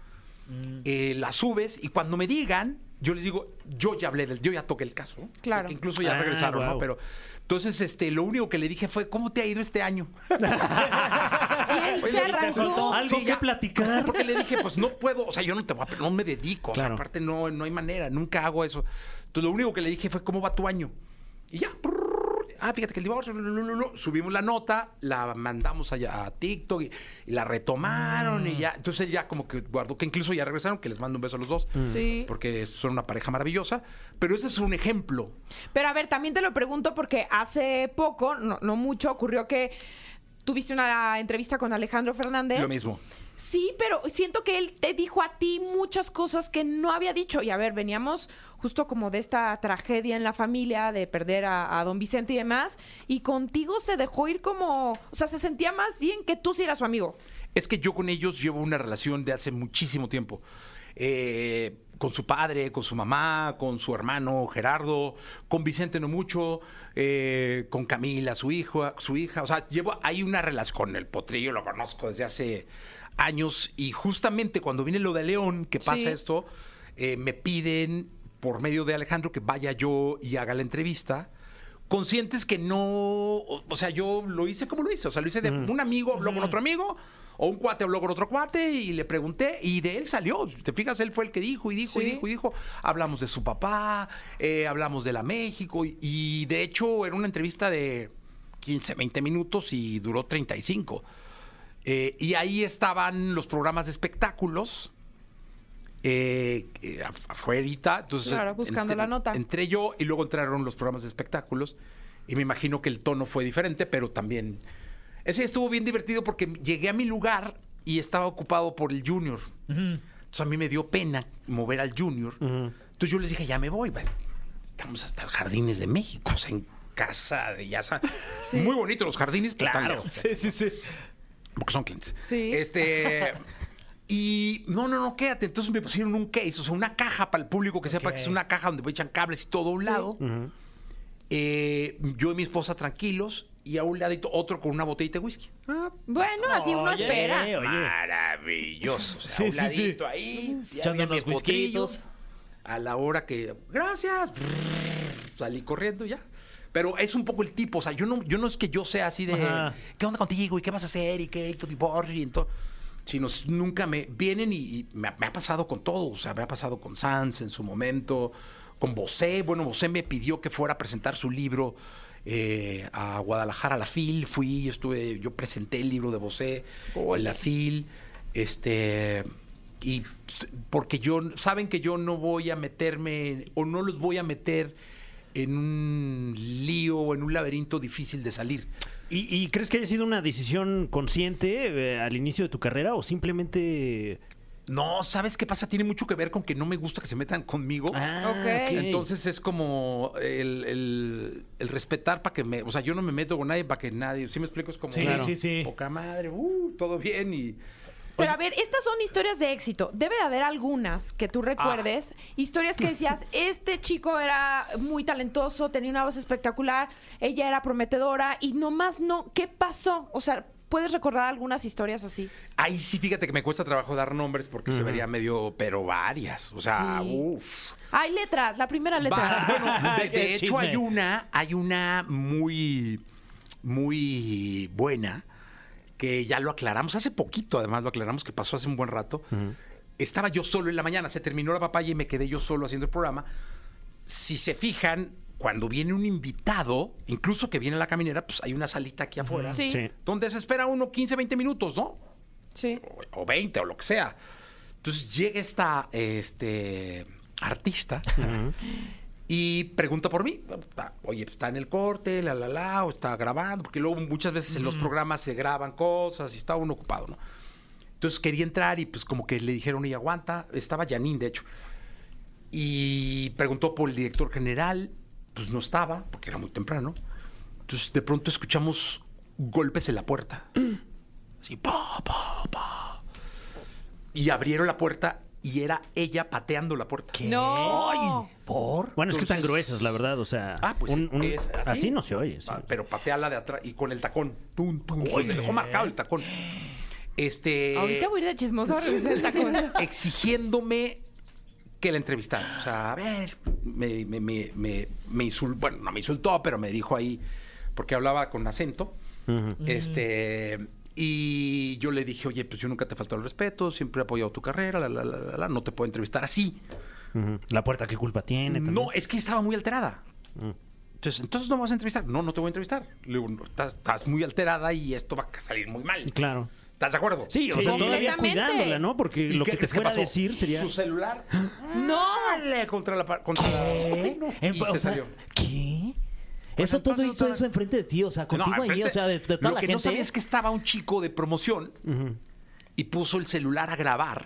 Mm. eh, la subes y cuando me digan, yo les digo, yo ya hablé del, yo ya toqué el caso. ¿no? Claro. Porque incluso ya Ah, regresaron, ¿no? guau. Pero entonces, este, lo único que le dije fue, ¿cómo te ha ido este año? <laughs> Y él Oye, se y se arrancó. soltó. Algo Sí, que ya. platicar. Porque le dije, pues no puedo, o sea, yo no te voy a- no me dedico, o sea, Claro. aparte no, no hay manera, nunca hago eso. Entonces lo único que le dije fue, ¿cómo va tu año? Y ya, prrr, ah, fíjate que el divorcio, lu, lu, lu, lu. subimos la nota, la mandamos allá a TikTok y, y la retomaron y ya, entonces ya como que guardó, que incluso ya regresaron, que les mando un beso a los dos, Sí. porque son una pareja maravillosa, pero ese es un ejemplo. Pero a ver, también te lo pregunto porque hace poco, no, no mucho, ocurrió que tuviste una entrevista con Alejandro Fernández. Lo mismo. Sí, pero siento que él te dijo a ti muchas cosas que no había dicho. Y a ver, veníamos justo como de esta tragedia en la familia, de perder a, a don Vicente y demás, y contigo se dejó ir como, o sea, se sentía más bien que tú sí eras su amigo. Es que yo con ellos llevo una relación de hace muchísimo tiempo. Eh, con su padre, con su mamá, con su hermano Gerardo, con Vicente no mucho, eh, con Camila, su hija, su hija. O sea, llevo, hay una relación con el potrillo, lo conozco desde hace años. Y justamente cuando viene lo de León, que pasa Sí. esto, eh, me piden por medio de Alejandro que vaya yo y haga la entrevista. Conscientes que no, o o sea, yo lo hice como lo hice, o sea, lo hice de un amigo habló con otro amigo, o un cuate habló con otro cuate y le pregunté y de él salió, te fijas, él fue el que dijo y dijo y Sí. dijo y dijo, hablamos de su papá, eh, hablamos de la México y, y de hecho era una entrevista de 15, 20 minutos y duró 35. Eh, y ahí estaban los programas de espectáculos. Eh, eh, af- afuerita, entonces Claro, buscando la nota. Entré yo y luego entraron los programas de espectáculos y me imagino que el tono fue diferente, pero también ese estuvo bien divertido porque llegué a mi lugar y estaba ocupado por el Junior. Entonces a mí me dio pena mover al Junior. Entonces yo les dije, ya me voy, vale. Estamos hasta Jardines de México, o sea, en casa de ya sabes. Sí. Muy bonitos los jardines, pero tan lejos. Sí, sí, sí. Porque son clientes. Sí. Este. Y no, no, no, quédate. Entonces me pusieron un case, o sea, una caja para el público que sepa que es una caja donde echan cables y todo a un lado. Eh, yo y mi esposa tranquilos y a un ladito otro con una botellita de whisky. Bueno, así uno Oye, espera. oye. Maravilloso. O sea, Sí, a un sí, sí. ladito ahí. ya Echando había mis unos whiskitos. potrillos. A la hora que. Gracias. Salí corriendo ya. Pero es un poco el tipo, o sea, yo no, yo no es que yo sea así de Ajá. ¿qué onda contigo? ¿Y qué vas a hacer? ¿Y qué? ¿Y tu divorcio? Y todo. Sino s- nunca me vienen y, y me, ha- me ha pasado con todo. O sea, me ha pasado con Sanz en su momento, con Bosé. Bueno, Bosé me pidió que fuera a presentar su libro eh, a Guadalajara, a la FIL. Fui, estuve, yo presenté el libro de Bosé en la FIL. Este. Y s- porque yo, saben que yo no voy a meterme o no los voy a meter en un lío, en un laberinto difícil de salir. ¿Y, y crees que haya sido una decisión consciente eh, al inicio de tu carrera o simplemente... No, ¿sabes qué pasa? Tiene mucho que ver con que no me gusta que se metan conmigo. Ah, ah, ok. Entonces es como el, el- el respetar para que me... O sea, yo no me meto con nadie para que nadie... ¿Sí me explico? Es como... Sí, claro, sí, sí. Poca madre, uh, todo bien y... Pero a ver, estas son historias de éxito. Debe de haber algunas que tú recuerdes, historias que decías, este chico era muy talentoso, tenía una voz espectacular, ella era prometedora y nomás no, ¿qué pasó? O sea, ¿puedes recordar algunas historias así? Ahí sí, fíjate que me cuesta trabajo dar nombres porque se vería medio... Pero varias, o sea, Sí. uff. Hay letras, la primera Va- letra. <laughs> bueno, de, Qué de hecho chisme. hay una, hay una muy, muy buena que ya lo aclaramos hace poquito, además lo aclaramos que pasó hace un buen rato. Estaba yo solo en la mañana, se terminó la papaya y me quedé yo solo haciendo el programa. Si se fijan, cuando viene un invitado, incluso que viene a la caminera, pues hay una salita aquí afuera. Sí, sí. Sí. Donde se espera uno 15, 20 minutos, ¿no? o o 20 o lo que sea. Entonces llega esta este, artista y pregunta por mí. Oye, pues, está en el corte, la, la, la, o está grabando, porque luego muchas veces en los programas se graban cosas y está uno ocupado, ¿no? Entonces quería entrar y pues como que le dijeron, y aguanta, estaba Janine, de hecho. Y preguntó por el director general, pues no estaba, porque era muy temprano. Entonces de pronto escuchamos golpes en la puerta. Así, pa, pa, pa. Y abrieron la puerta y era ella pateando la puerta. No. ¿Por? Bueno, es que están Entonces- gruesas, la verdad, o sea... Ah, pues un- un- es así. así. no se oye. sí. Ah, pero pateala de atrás y con el tacón. Tum, tum. Uy, me dejó marcado el tacón. Este. Ahorita voy a ir de chismoso a revisar el tacón. <laughs> exigiéndome que la entrevistara. O sea, a ver, me, me, insultó, bueno, no me insultó, pero me dijo ahí, porque hablaba con acento, este, y yo le dije, oye, pues yo nunca te he faltado el respeto, siempre he apoyado tu carrera, la, la, la, la, la, no te puedo entrevistar así. Ujú. La puerta, ¿qué culpa tiene? también? No, es que estaba muy alterada. Entonces, entonces no me vas a entrevistar. No, no te voy a entrevistar. Le digo, "No, estás, estás muy alterada y esto va a salir muy mal. Claro. ¿Estás de acuerdo? Sí, o Sí. sea, todavía Completamente. cuidándola, ¿no? Porque ¿Y lo qué que te crees fuera a pasó? decir sería... <gasps> Su celular. No. ¡Dale! Contra la... par- Contra la- ¿Eh? Y O se sea, salió. ¿Qué? Pues eso todo entonces hizo estaba- eso enfrente de ti, o sea, No, contigo ahí, o enfrente- sea, de, de toda Lo la que gente. no sabía es que estaba un chico de promoción y puso el celular a grabar.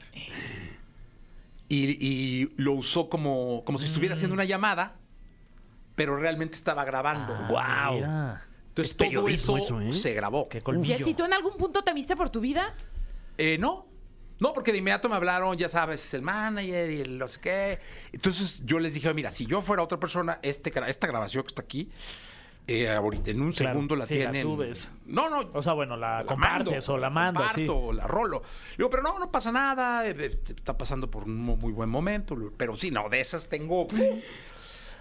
Y, y lo usó como, como si estuviera haciendo Mm. una llamada, pero realmente estaba grabando. Ah. Guau. Mira. Entonces Es todo eso, periodismo eso, ¿eh? se grabó. Qué colmillo. Jessy, ¿tú en algún punto te viste por tu vida? Eh, no. No, porque de inmediato me hablaron, ya sabes, el manager y el no sé qué. Entonces yo les dije, mira, si yo fuera otra persona, este, gra- esta grabación que está aquí, eh, ahorita en un Claro, segundo la sí, la tienen. subes. No, no. O sea, bueno, la, compartes mando, o la mandas, sí. comparto, la rolo. Digo, pero no, no pasa nada, eh, eh, está pasando por un mo- muy buen momento. Pero sí, no, de esas tengo...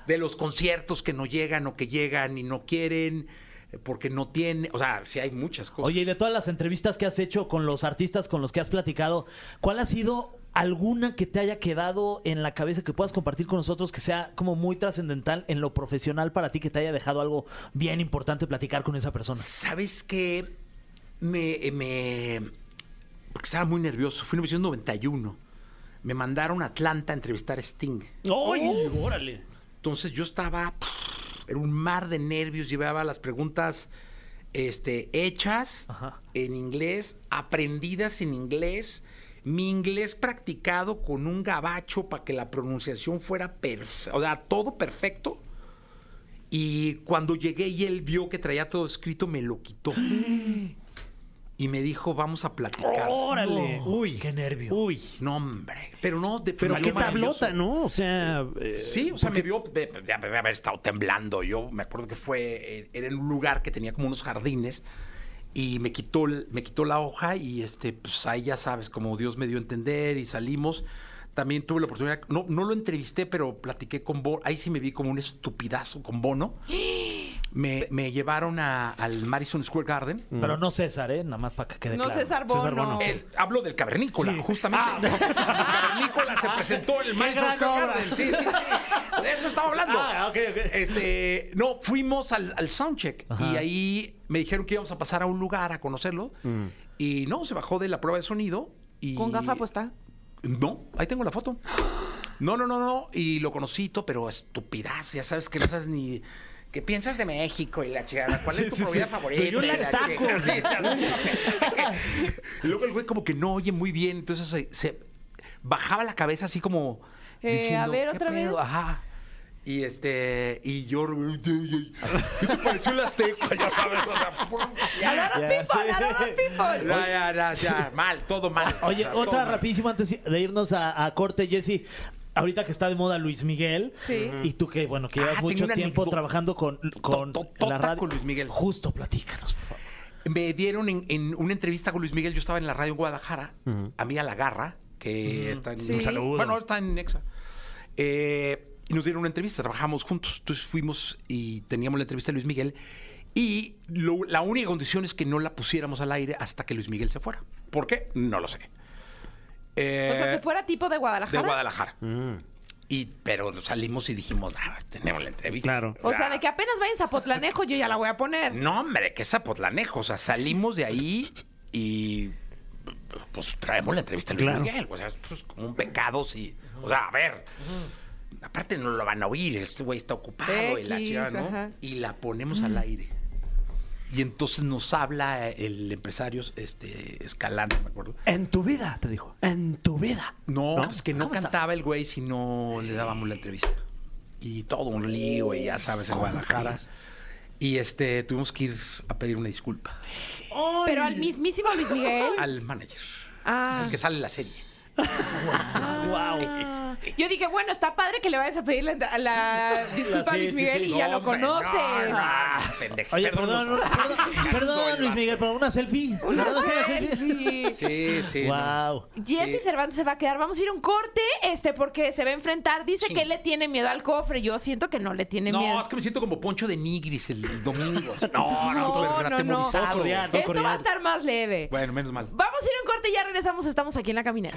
De los conciertos que no llegan o que llegan y no quieren, eh, porque no tienen... O sea, sí hay muchas cosas. Oye, y de todas las entrevistas que has hecho con los artistas con los que has platicado, ¿cuál ha sido alguna que te haya quedado en la cabeza que puedas compartir con nosotros que sea como muy trascendental en lo profesional para ti, que te haya dejado algo bien importante platicar con esa persona? ¿Sabes qué? Me, eh, me- Porque estaba muy nervioso. Fue en 1991. Me mandaron a Atlanta a entrevistar a Sting. ¡Ay, Oh. órale! Entonces yo estaba... pff, Era un mar de nervios. Llevaba las preguntas este, hechas Ajá. en inglés, aprendidas en inglés. Mi inglés practicado con un gabacho para que la pronunciación fuera perfecta. O sea, todo perfecto. Y cuando llegué y él vio que traía todo escrito, me <gasps> lo quitó. Y me dijo, vamos a platicar. ¡Órale! No, ¡Uy! qué nervio. ¡Uy! No, hombre. Pero no, de Pero salió qué maravilloso. tablota, ¿no? O sea. eh, Sí, o sea, me vio, de- de de haber estado temblando. Yo me acuerdo que fue, eh, era en un lugar que tenía como unos jardines y me quitó, el- me quitó la hoja y este, pues ahí ya sabes, como Dios me dio a entender y salimos. También tuve la oportunidad, no, no lo entrevisté, pero platiqué con Bono. Ahí sí me vi como un estupidazo con Bono. Me, me llevaron a- al Madison Square Garden. Pero no César, ¿eh? Nada más para que quede No, claro. César Bono. El- hablo del cavernícola, Sí. Ah, justamente. El cavernícola se presentó en el Madison gran Square obra. Garden. Sí, sí, sí. De eso estaba hablando. Ah, ok, ok. Este, no, fuimos al, al soundcheck y ahí me dijeron que íbamos a pasar a un lugar a conocerlo. Y no, se bajó de la prueba de sonido. Y... ¿Con gafa pues puesta? No, ahí tengo la foto. No, no, no, no. Y lo conocí, todo, pero estupidaz. Ya sabes que no sabes ni. ¿Qué piensas de México y la chingada? ¿Cuál es tu comida favorita? Pero yo y like la tacos. chingada? <laughs> Sí, <laughs> ya sé. Y Luego el güey como que no oye muy bien, entonces se, se bajaba la cabeza así como Eh, diciendo, a ver, "¿Qué otra pedo?". vez. Ajá. Y este, y yo, ¿qué te pareció el Azteca? Ya sabes, o sea, puro- <laughs> A lot of people, a lot of <laughs> people. ya, ya, ya, ya, mal, todo mal. O Oye, sea, todo otra mal. rapidísimo antes de irnos a, a corte, Jesse. Ahorita que está de moda Luis Miguel. Sí. Y tú que, bueno, que llevas Ah, tengo mucho una tiempo anécdota. trabajando con, con Tototota la radio. con Luis Miguel. Justo, platícanos, por favor. Me dieron en, en una entrevista con Luis Miguel, yo estaba en la radio en Guadalajara, a mí a la garra, que está en... Sí. Un saludo. Bueno, está en Nexa. Eh, y nos dieron una entrevista, trabajamos juntos, entonces fuimos y teníamos la entrevista de Luis Miguel y lo- la única condición es que no la pusiéramos al aire hasta que Luis Miguel se fuera. ¿Por qué? No lo sé. Eh, O sea, si fuera tipo de Guadalajara. De Guadalajara. Y, pero salimos y dijimos, "Ah, tenemos la entrevista. Claro. O sea, de que apenas vaya en Zapotlanejo, yo ya la voy a poner. No, hombre, que es Zapotlanejo. O sea, salimos de ahí y pues traemos la entrevista a Luis Claro. Miguel. O sea, esto es como un pecado si. O sea, a ver. Aparte no lo van a oír, este güey está ocupado y la X, chica, ¿no? ajá. Y la ponemos al aire. Y entonces nos habla el empresario este, Escalante, me acuerdo. En tu vida, te dijo. En tu vida. No, ¿No? es que no ¿Cómo estás? cantaba el güey si no le dábamos la entrevista. Y todo un lío, y ya sabes, en Guadalajara. Y este, tuvimos que ir a pedir una disculpa. Pero al mismísimo Luis Miguel. al manager, Ah. el que sale en la serie. Ah, Ah. Yo dije, bueno, está padre que le vayas a pedir la, la disculpa a Sí, Luis sí, Miguel sí. y ya lo Hombre, conoces. No, no, pendejo, Oye, perdón, perdón, perdón, <laughs> perdón, Luis Miguel, pero una selfie. Una ¿Verdad? Sí, selfie. Sí, sí. no. Wow. Jesse Cervantes se va a quedar. Vamos a ir a un corte, este, porque se va a enfrentar. Dice Sí. que él le tiene miedo al cofre. Yo siento que no le tiene No, miedo. es que me siento como Poncho de Nigris el, <laughs> el domingo. así. No, no, No, súper no, no. atemorizado. Todo cordial, todo Esto va a estar más leve. Bueno, menos mal. Vamos a ir a un corte y ya regresamos. Estamos aquí en la caminera.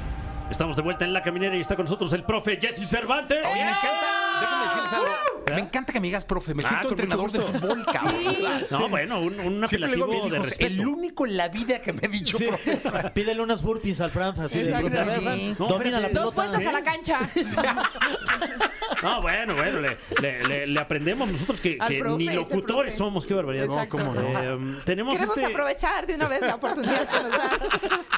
Estamos de vuelta en la caminera y está con nosotros el profe Jesse Cervantes. Oye, me encanta. Déjame decirles algo. Me encanta que me digas, profe, me ¿Eh? Ah, con siento mucho entrenador de gusto. fútbol, cabrón. No, bueno, un, un Siempre le apelativo digo a mis de hijos, respeto. el único en la vida que me ha dicho Sí. profe. <laughs> Pídele unas burpees al Fran. Así de, Exacto. "A ver, Fran, No, domina la espérate. Dos pelota. vueltas a la cancha. No, bueno, bueno, le, le- le- le aprendemos nosotros que, Al que profe, ni es el locutores profe. somos, qué barbaridad. Exacto. No, cómo no. Eh, tenemos Queremos este... aprovechar de una vez la oportunidad que nos <laughs> das.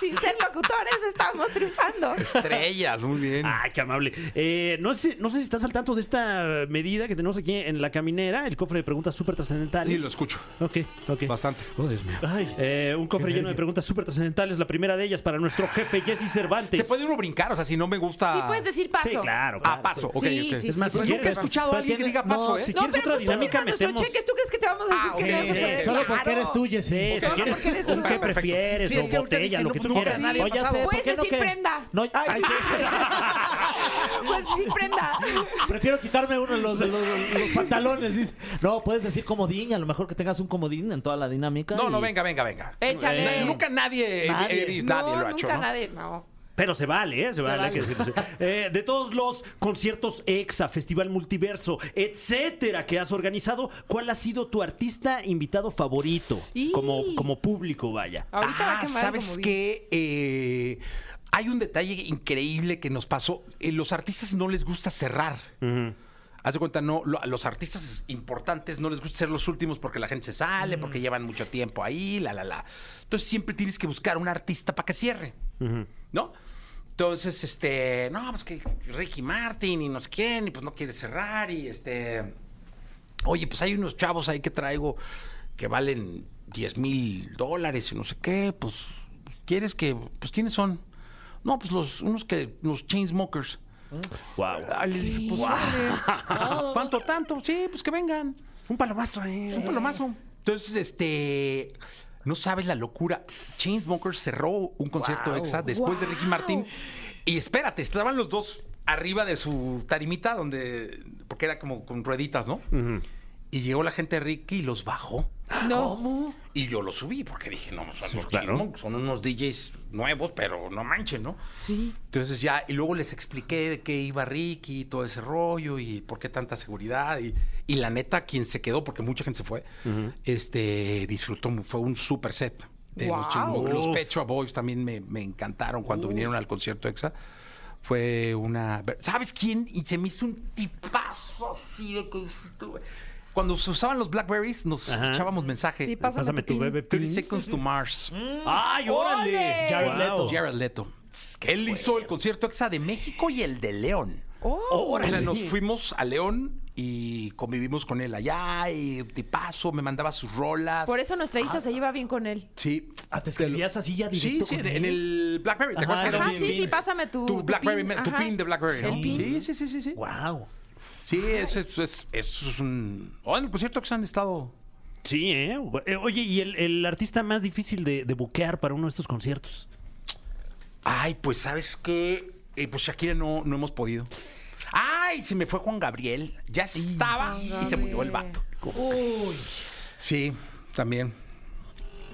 Sin ser locutores, estamos triunfando. Estrellas, muy bien. Ay, qué amable. Eh, no, sé, no sé si estás al tanto de esta medida que tenemos aquí en la caminera, el cofre de preguntas súper trascendentales. Sí, lo escucho. Ok, ok. Bastante. Oh, Dios mío. Eh, un cofre lleno de preguntas súper trascendentales. La primera de ellas para nuestro jefe Jesse Cervantes. Se puede uno brincar, o sea, si no me gusta. Sí puedes decir paso. Sí, claro. Ah, claro. paso. Ok, Sí, ok. sí, Es más, sí, si sí. Nunca he quieres, escuchado a alguien que diga No, paso, sí. ¿eh? si No, quieres pero otra tú dinámica, dinos nuestros metemos. cheques, ¿tú crees que te vamos a decir Ah, que no ok. se puede? Solo Claro. porque eres tú, Jesse. Sí, si Solo quieres, porque eres un tú. Eh, qué Perfecto. prefieres, Sí, o es que ahorita botella, dije, lo no, que tú nunca quieras. nadie- Oye, ya sé, pasado. ¿por Puedes qué no decir que- prenda. No, ay, sí, <laughs> Pues sí, prenda. prefiero quitarme uno de los, de los- de los pantalones. dice. No, puedes decir comodín. A lo mejor que tengas un comodín en toda la dinámica. No, y- no, venga, venga, venga. Échale. Na- Nunca nadie, eh, Nadie. eh, nadie no, lo ha hecho. Nunca ¿no? nadie, no. Pero se vale, ¿eh? Se, vale. vale. hay que decirlo, sí. Eh, de todos los conciertos EXA, Festival Multiverso, etcétera, que has organizado, ¿cuál ha sido tu artista invitado favorito? Y- Como, como público, vaya. Ahorita va a Ah, quemar ¿sabes como qué? Eh, hay un detalle increíble que nos pasó. Eh, los artistas no les gusta cerrar. Haz de cuenta, no, lo- a los artistas importantes no les gusta ser los últimos porque la gente se sale, porque llevan mucho tiempo ahí, la, la, la. Entonces siempre tienes que buscar un artista para que cierre, ¿no? Entonces, este, no, pues que Ricky Martin y no sé quién, y pues no quiere cerrar, y este, oye, pues hay unos chavos ahí que traigo que valen 10 mil dólares y no sé qué, pues, ¿quieres que, pues, quiénes son? No, pues los, unos que, los Chainsmokers. Wow. Ah, les dije, pues, órale. ¿Cuánto tanto? Sí, pues que vengan. Un palomazo, ¿eh? Un palomazo. Entonces, este. No sabes la locura. Chainsmokers cerró un concierto EXA después de Ricky Martin. Y espérate, estaban los dos arriba de su tarimita, donde. Porque era como con rueditas, ¿no? Y llegó la gente de Ricky y los bajó. vi. No. Y yo los subí porque dije, no, son los claro. Chainsmokers, son unos DJs nuevos, pero no manchen, ¿no? Sí. Entonces ya, y luego les expliqué de qué iba Ricky y todo ese rollo y por qué tanta seguridad. Y, y la neta, quien se quedó, porque mucha gente se fue, este disfrutó, mu- fue un super set. de los, Guau. Chainsmokers. Los Uf. Pecho a Boys también me, me encantaron cuando vinieron al concierto EXA. Fue una... ¿Sabes quién? Y se me hizo un tipazo así de que dices tú, güey. Cuando se usaban los Blackberries, nos Ajá. echábamos mensaje. Sí, pasa. Pásame tu pin. bebé. pin. 30 Seconds to Mars. Mm. ¡Ay, órale! ¡Ole! Jared Wow. Leto. Jared Leto. Él hizo el concierto EXA de México y el de León. Oh, O sea, nos fuimos a León y convivimos con él allá y de paso me mandaba sus rolas. por eso nuestra Isa se lleva bien con él. Sí. Ah, te escribías así ya Sí, directo sí, con en, en él? el BlackBerry. ¿Te Ajá, acuerdas que Ajá, era sí, bien- sí, pásame tu, Tu BlackBerry, pin, tu ajá. pin de BlackBerry, El ¿no? pin. Sí, sí, sí, sí, sí. Wow. Sí, eso es, es, eso es un... Oh, en el concierto que se han estado... Sí, ¿eh? Eh, Oye, ¿y el, el artista más difícil de, de buquear para uno de estos conciertos? Ay, pues, ¿sabes qué? Eh, pues Shakira no, no hemos podido. Ay, se me fue Juan Gabriel. Ya estaba y se murió el vato. Uy, Sí, también.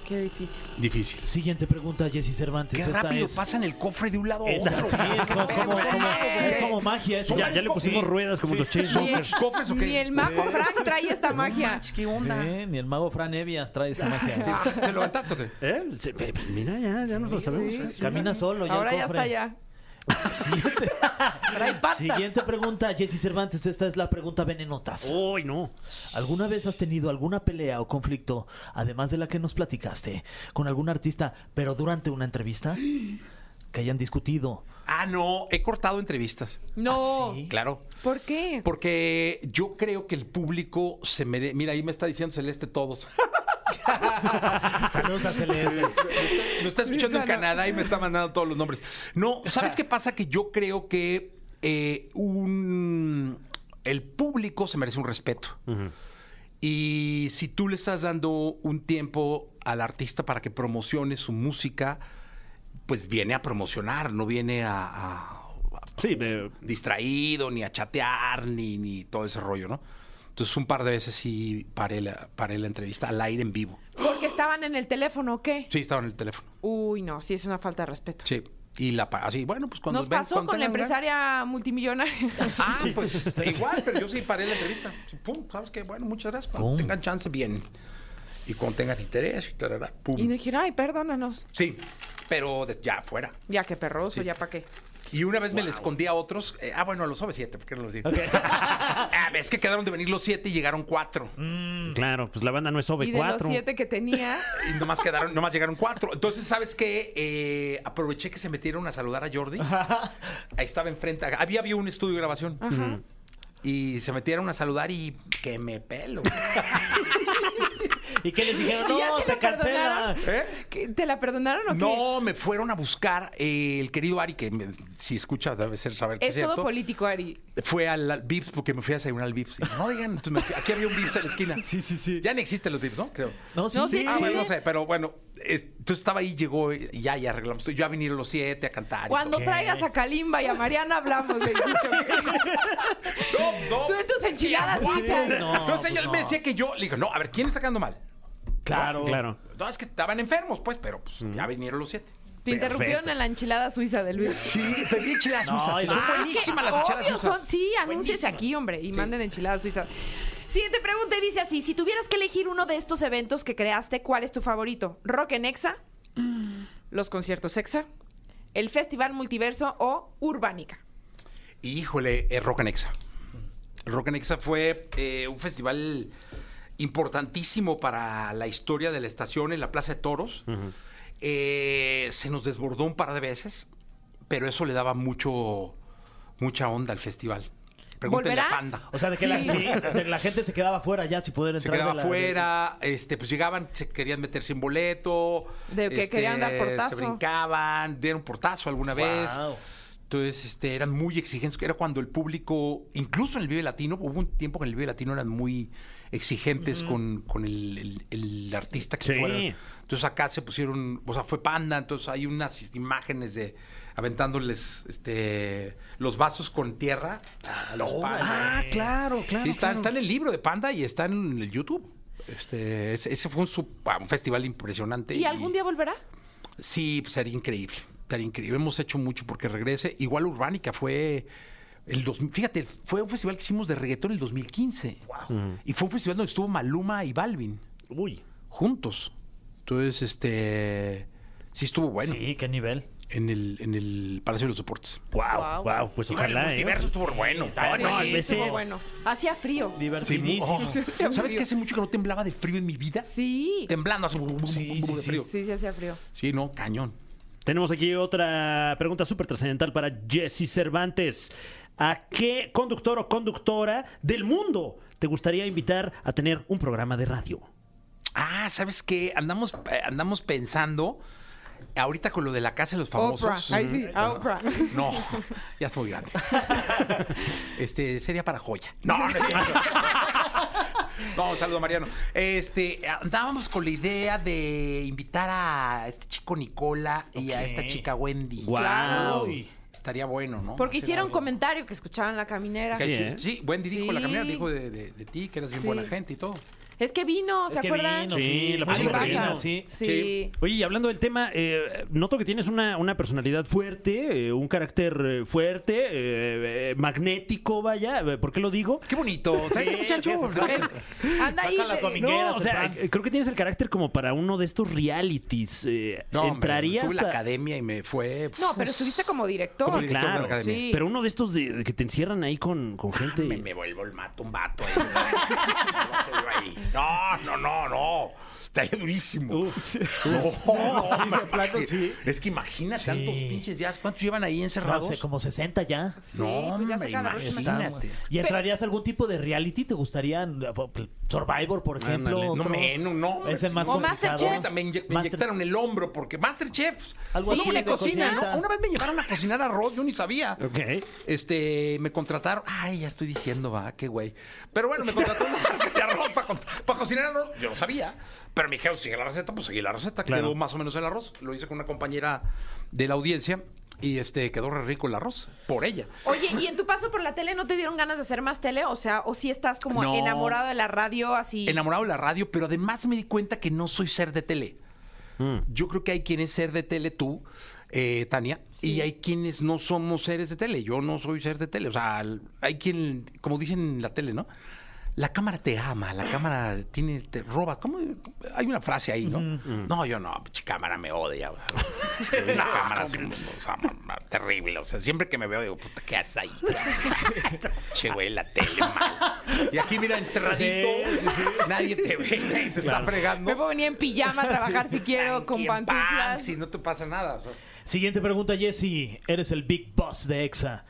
qué difícil. Difícil. Siguiente pregunta, Jesse Cervantes. Qué Esta rápido es... pasan el cofre de un lado a Esa- otro. Sí, es como, como- como- es como magia eso. Ya, ya le pusimos Sí. ruedas como los ¿Son chismos. muchos cofres o qué? Ni el mago Frank trae esta magia. ¿Qué onda? Eh, ni el mago Fran Evia trae esta magia. Ah, ¿Te levantaste o qué? ¿Eh? Se- pe- Mira, ya, ya nos lo sabemos. ¿eh? Camina solo ya Ahora el ya cofre. está ya. Siguiente, Trae patas. siguiente pregunta, Jesse Cervantes. Esta es la pregunta Oh. venenotas. ¡Uy, no! ¿Alguna vez has tenido alguna pelea o conflicto, además de la que nos platicaste, con algún artista, pero durante una entrevista? Que hayan discutido. Ah, no, he cortado entrevistas. No. ¿Ah, sí? Claro. ¿Por qué? Porque yo creo que el público se merece. Mira, ahí me está diciendo Celeste todos. <laughs> Saludos a Celeste. Lo está escuchando en Canadá y me está mandando todos los nombres. No, ¿sabes qué pasa? Que yo creo que eh, un el público se merece un respeto. Y si tú le estás dando un tiempo al artista para que promocione su música, pues viene a promocionar, no viene a, a- a Sí, me- distraído, ni a chatear, ni, ni todo ese rollo, ¿no? Entonces un par de veces sí paré la, paré la entrevista al aire en vivo. ¿Porque estaban en el teléfono o qué? Sí, estaba en el teléfono. Uy, no, sí es una falta de respeto. Sí. Y la pa- así, bueno, pues cuando Nos ven- pasó cuando con la tengan ganas- empresaria multimillonaria. <laughs> Ah, pues <laughs> igual, pero yo sí paré la entrevista. Sí, Pum, sabes qué, bueno, muchas gracias. Cuando Pum. tengan chance, bien. Y cuando tengan interés, y tarara, pum. Y nos dijeron, ay, perdónanos. Sí, pero de- ya fuera. Ya que perroso, Sí. ya para qué. Y una vez me le escondí a otros. eh, ah, bueno, a los OV7, porque no los dije. <laughs> ah, es que quedaron de venir los siete y llegaron cuatro. Claro, pues la banda no es Y de los OV4. siete que <laughs> tenía, Y nomás quedaron, nomás llegaron cuatro. Entonces, ¿sabes qué? Eh, aproveché que se metieron a saludar a Jordi. Ahí estaba enfrente. Había, había un estudio de grabación. Y se metieron a saludar y que me pelo. ¿Y qué les dijeron? <laughs> ¿Y ya No, te se lo cancela. perdonaron? ¿Eh? ¿qué- ¿te la perdonaron o qué? No, me fueron a buscar eh, el querido Ari, que me- si escucha debe ser saber que Es es cierto. todo político, Ari. Fue al, al Vips porque me fui a desayunar al Vips. Y, no digan, entonces me fui- aquí había un Vips en la esquina. Sí, sí, sí. Ya no existen los Vips, ¿no? Creo. No, sí, No, sí. sí, Ah, sí. bueno, no sé, pero bueno, es- entonces estaba ahí, llegó y ya, ya arreglamos. todo. Ya vinieron los siete a cantar. y Cuando todo. traigas a Kalimba y a Mariana hablamos. <laughs> le dije. <laughs> No, no. Tú en tus enchiladas, Sí, Isa. no. entonces pues ella no. me decía que yo, le digo, no, a ver, ¿quién está quedando mal? Claro. Claro. No, es que estaban enfermos, pues, pero pues, ya vinieron los siete. Te interrumpieron en la enchilada suiza del Luis. Sí, pedí enchiladas No, suizas. y son son- buenísimas las enchiladas Ah, Obvio, suizas. son- sí, anúnciese Buenísimas. aquí, hombre, y manden enchiladas suizas. Siguiente pregunta y dice así: si tuvieras que elegir uno de estos eventos que creaste, ¿cuál es tu favorito? ¿Rock en Exa? ¿Los conciertos Exa? ¿El Festival Multiverso o Urbánica? Híjole, eh, Rock and Exa. Rock and Exa fue eh, un festival importantísimo para la historia de la estación en la Plaza de Toros. Eh, se nos desbordó un par de veces, pero eso le daba mucho, mucha onda al festival. Pregúntenle ¿Volverá? a Panda. O sea, de que la, Sí. sí, de la gente se quedaba fuera ya si pudiera Se entrar. quedaba de la- afuera, este, pues llegaban, se querían meter sin boleto. De que este, querían dar portazo. Se brincaban, dieron portazo alguna vez. Guau. Entonces, este, eran muy exigentes. Era cuando el público, incluso en el Vive Latino, hubo un tiempo que en el Vive Latino eran muy exigentes con, con el, el- el artista que Sí. fuera. Entonces acá se pusieron, o sea, fue panda, entonces hay unas imágenes de aventándoles este los vasos con tierra a los pandas. Ah, claro, claro. Sí, está, claro. está en el libro de Panda y está en el YouTube. Este, ese, ese fue un, sup- ah, un festival impresionante. ¿Y algún día volverá? Sí, pues, sería increíble. Sería increíble. Hemos hecho mucho porque regrese. Igual Urbánica fue. El 2000, fíjate, fue un festival que hicimos de reggaetón en el 2015. Y fue un festival donde estuvo Maluma y Balvin Uy. juntos. Entonces, este. Sí estuvo bueno Sí, qué nivel. en, el, en el Palacio de los Deportes. Wow, Guau. wow, pues el ojalá. ¿eh? multiverso estuvo bueno. Ah, Sí, no, ese- estuvo bueno. Hacía frío. Divertidísimo. Sí, mu- oh. ¿Sabes que hace mucho que no temblaba de frío en mi vida? Sí. Temblando así, bum, bum, bum, Sí, bum, sí, de sí. frío. Sí, sí, hacía frío. Sí, no, cañón. Tenemos aquí otra pregunta súper trascendental para Jesse Cervantes. ¿A qué conductor o conductora del mundo te gustaría invitar a tener un programa de radio? Ah, ¿sabes qué? Andamos, eh, andamos pensando ahorita con lo de la casa de los Oprah. famosos. Ahí sí, a Oprah. No, ya estoy <laughs> muy grande. Este, sería para joya. No, no es cierto. No, un saludo a Mariano. Este, andábamos con la idea de invitar a este chico Nicola y a Ok. esta chica Wendy. Guau. Uy. Estaría bueno, ¿no? Porque Hacer hicieron un algo. comentario que escuchaban la caminera. Que Sí, chi- ¿eh? Sí, Wendy dijo Sí. la caminera, dijo de, de- de ti, que eras bien Sí. buena gente y todo. Es que vino, Es ¿se que acuerdan? vino, Sí, sí, la la Algo película pasa. vino, Sí. sí. Sí. Oye, y hablando del tema, eh, noto que tienes una, una personalidad fuerte, eh, un carácter eh, fuerte, eh, eh, magnético, vaya. eh, ¿Por qué lo digo? Qué bonito. O sea, este muchacho. Eh, Anda ahí. Saca las de- domingueras, No, o sea, Fran. eh, creo que tienes el carácter como para uno de estos realities. eh, No, hombre, ¿Entrarías Tuve la a- academia y me fue. No, pero estuviste como director. Como director de la claro, academia. Ah, Sí. pero uno de estos de, de que te encierran ahí con, con gente. Me, me vuelvo el mato, un vato. ahí. ¿Qué va a hacer yo ahí? <laughs> No, no, no, no. Estaría durísimo. No, no, sí, me de plano, imagino. sí. Es que imagina Sí. tantos pinches ya. ¿Cuántos llevan ahí No encerrados? sé, como 60 ya. Sí, pues ya hombre, saca la próxima. imagínate. ¿Y entrarías a algún tipo de reality? ¿Te gustaría eh, Survivor, por ejemplo? Ándale. No, otro? menos, no. Es el más O complicado. Masterchef. Me, inye- me Master- inyectaron el hombro porque Masterchef. Algo Luego así le de cocinan, cocinita. ¿no? Una vez me llevaron a cocinar arroz, yo ni sabía. Ok. Este, me contrataron. Ay, ya estoy diciendo, va, qué güey. Pero bueno, me contrató una marca de arroz para, cocinar arroz. Yo no sabía. Pero me dijeron, sigue la receta, pues seguí la receta. Claro. Quedó más o menos el arroz. Lo hice con una compañera de la audiencia. Y este, quedó re rico el arroz. Por ella. Oye, ¿y en tu paso por la tele no te dieron ganas de hacer más tele? O sea, ¿o sí estás como No. enamorado de la radio así? enamorado de la radio, pero además me di cuenta que no soy ser de tele. Yo creo que hay quien es ser de tele tú eh, Tania, y hay quienes no somos seres de tele. Yo no soy ser de tele. O sea, al- hay quien, como dicen en la tele, ¿no? La cámara te ama, la cámara tiene, te roba. ¿Cómo? Hay una frase ahí, ¿no? No, yo no, pinche cámara me odia. o sea, La cámara es un- o sea, ma- ma- terrible. O sea, siempre que me veo digo, puta, ¿qué haces ahí? che, güey, la tele mal. Y aquí, mira, encerradito, nadie te ve, nadie te está fregando. Me puedo venir en pijama a trabajar <laughs> si quiero, con Tranqui, en pants, pantuflas. y no te pasa nada. o sea. Siguiente pregunta, Jesse. Eres el Big Boss de EXA.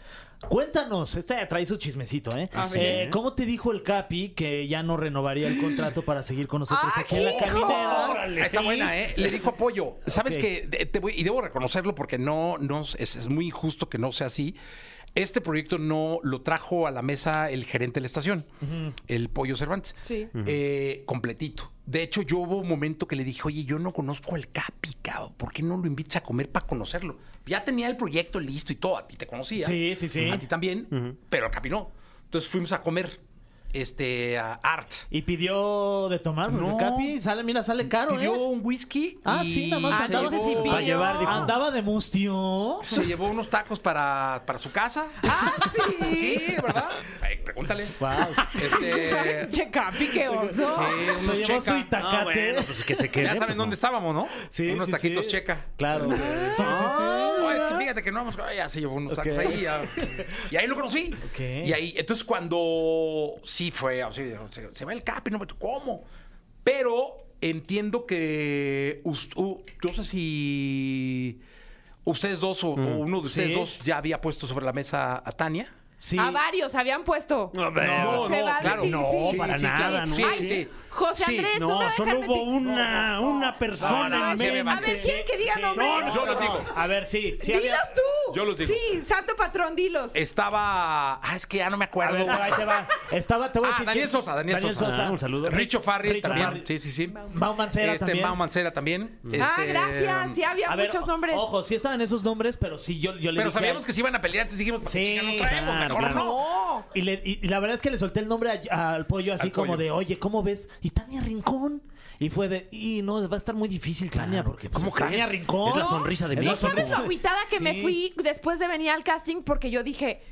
Cuéntanos, esta ya trae su chismecito, ¿eh? Ah, A Eh, ver. ¿Cómo te dijo el Capi que ya no renovaría el contrato para seguir con nosotros ¡Ah, aquí en la hijo! caminera? Ah, Está buena, ¿eh? Le dijo apoyo. ¿Sabes Ok. que Te voy, y debo reconocerlo porque no, no es, es muy injusto que no sea así. Este proyecto no lo trajo a la mesa el gerente de la estación, el Pollo Cervantes. Sí. Eh, completito. De hecho, yo hubo un momento que le dije, oye, yo no conozco al Capi, cabrón. ¿Por qué no lo invitas a comer para conocerlo? Ya tenía el proyecto listo y todo. A ti te conocía. Sí, sí, sí. A ti también, pero al Capi no. Entonces fuimos a comer este, a Arts. Y pidió de tomar, porque No. el Capi sale, mira, sale caro, pidió ¿eh? un whisky. Ah, y sí, nada más Ah, se andaba- entonces sí llevó- pidió. Para llevar, dijo. Andaba de mustio. Se llevó unos tacos para, para su casa. Ah, sí. Sí, ¿verdad? Ay, pregúntale. Wow. Este, sí, Che, Capi, qué oso. unos Se llevó su checa. itacate. Ah, bueno, pues que se quede. Ya pues, saben no. dónde estábamos, ¿no? Sí, unos sí, taquitos sí. checa. Claro. Sí, sí, Ah, sí. no, es que fíjate que no vamos. Ya se llevó unos tacos Ok. ahí. ya. Y ahí lo conocí. Ok. Y ahí, entonces cuando sí fue, o sea, se, se va el capi, no me ¿cómo? Pero entiendo que us- u- yo sé si ustedes dos o, o uno de ustedes Sí. dos ya había puesto sobre la mesa a Tania. Sí. A varios habían puesto. A ver. No, Se no, va a claro, decir, no, sí. para Sí, sí, nada, sí, ¿no? sí, Ay, sí. José Sí, Andrés, no, me va No, a solo dejar hubo mentir. una, una persona. no, no, sí, men. me A ver, ¿quieren que diga Sí. nombres? No, no, yo los digo. A ver, sí. sí había- Dilos tú. Yo los digo. Sí, santo patrón, dilos. Estaba. Ah, es que ya no me A acuerdo. ver, ahí te va. Estaba, te voy a Ah, decir Daniel quién- Sosa, Daniel, Sosa. Ah, un saludo. Richo Farri Richo también. Farri. Sí, sí, sí. Mau Mancera este, también. Mm. Mau Mancera también. Ah, Este, gracias. Sí, había A ver, muchos nombres. Ojo, sí estaban esos nombres, pero sí yo, yo le Pero dije a- sabíamos que se iban a pelear, entonces dijimos, ¿para qué Sí, chinga nos traemos? claro, Mejor claro. no. No. Y, le- y- y la verdad es que le solté el nombre a- al pollo así Al como pollo. de, oye, ¿cómo ves? ¿Y Tania Rincón? Y fue de, y no, va a estar muy difícil Tania, porque pues, ¿cómo es Tania crees? Rincón. Es la sonrisa de Es mi la No hijo. sonrisa. sabes lo agüitada que me Sí. fui después de venir al casting porque yo dije,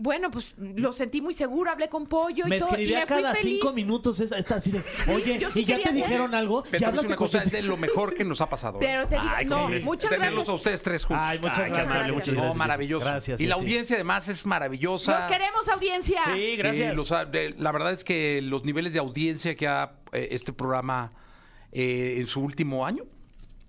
bueno, pues lo sentí muy seguro, hablé con Pollo Me y todo. y escribía me fui cada feliz. cinco minutos esta, esta así de, oye, yo sí ¿y ya te quería dijeron algo? Pero te ¿Ya voy a decir hablaste una con cosa, tu- es de lo mejor que nos ha pasado. ¿eh? Pero te digo, Ay, qué no, increíble. muchas Tenerlos gracias. a ustedes tres juntos. Ay, muchas Ay, qué gracias. amable, muchas No, gracias. maravilloso. Gracias, y la Jessy. audiencia además es maravillosa. Los queremos, audiencia. Sí, Sí, gracias. los ha- de- la verdad es que los niveles de audiencia que ha eh, este programa eh, en su último año,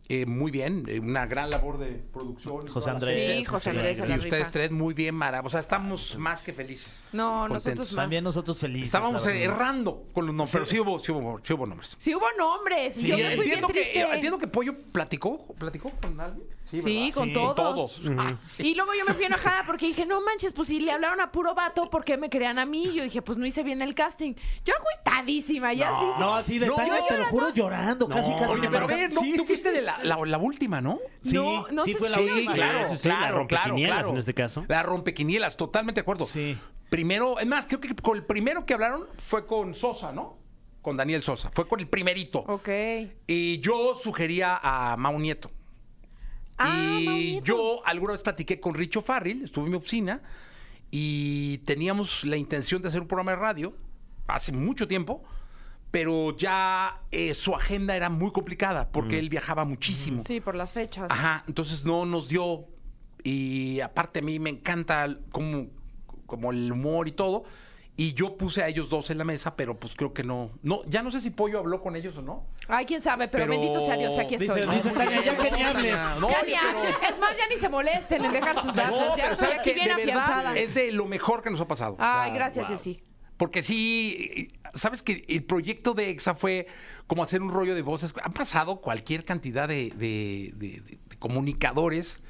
eh, muy bien, eh, una gran labor de producción. y toda José la- Andrés. Sí, José Andrés, a Y la ustedes rifa. tres, muy bien, Mara. O sea, estamos más que felices. No, Contentos. nosotros más. También nosotros felices. Estábamos la verdad. errando con los nombres, pero sí hubo, sí hubo, sí hubo nombres. Sí hubo nombres. y Y yo me fui bien entiendo, que, triste. eh, entiendo que Pollo platicó, platicó con alguien. Sí, Sí, ¿verdad? con Sí, todos. Ah, todos. Y luego yo me fui enojada porque dije, no manches, pues si le hablaron a puro vato, ¿por qué me crean a mí? Yo dije, pues no hice bien el casting. Yo agüitadísima, ya sí. No, así de No, Tania, te lo llorando. juro, llorando, casi, casi. Oye, me pero marca- ve, no, tú fuiste de la, la, la última, ¿no? Sí, No, no sí sé fue si la sí, última. claro, Sí, sí, sí, la claro, rompequinielas claro, claro. en este caso. La rompequinielas, totalmente de acuerdo. Sí. Primero, es más, creo que con el primero que hablaron fue con Sosa, ¿no? Con Daniel Sosa. Fue con el primerito. Ok. Y yo sugería a Mau Nieto. Ah, y Maunito. yo alguna vez platiqué con Richo Farrell, estuve en mi oficina y teníamos la intención de hacer un programa de radio hace mucho tiempo, pero ya eh, su agenda era muy complicada Mm. porque él viajaba muchísimo. Sí, pues. por las fechas. Ajá, entonces no nos dio. Y aparte a mí me encanta el- como, como el humor y todo. Y yo puse a ellos dos en la mesa, pero pues creo que no. no ya no sé si Pollo habló con ellos o no. Ay, quién sabe, pero, bendito sea Dios, aquí estoy. pues, Dice- dice- Tania, ya que ni hable. Tania, No, Ya oye, ni pero- ha- Es más, ya ni se molesten en dejar sus datos. No, ya pero estoy sabes aquí que bien de afianzada. verdad es de lo mejor que nos ha pasado. Ay, Ah, gracias, wow. Jessy. Porque sí, sabes que el proyecto de EXA fue como hacer un rollo de voces. Han pasado cualquier cantidad de, de- de- de- de comunicadores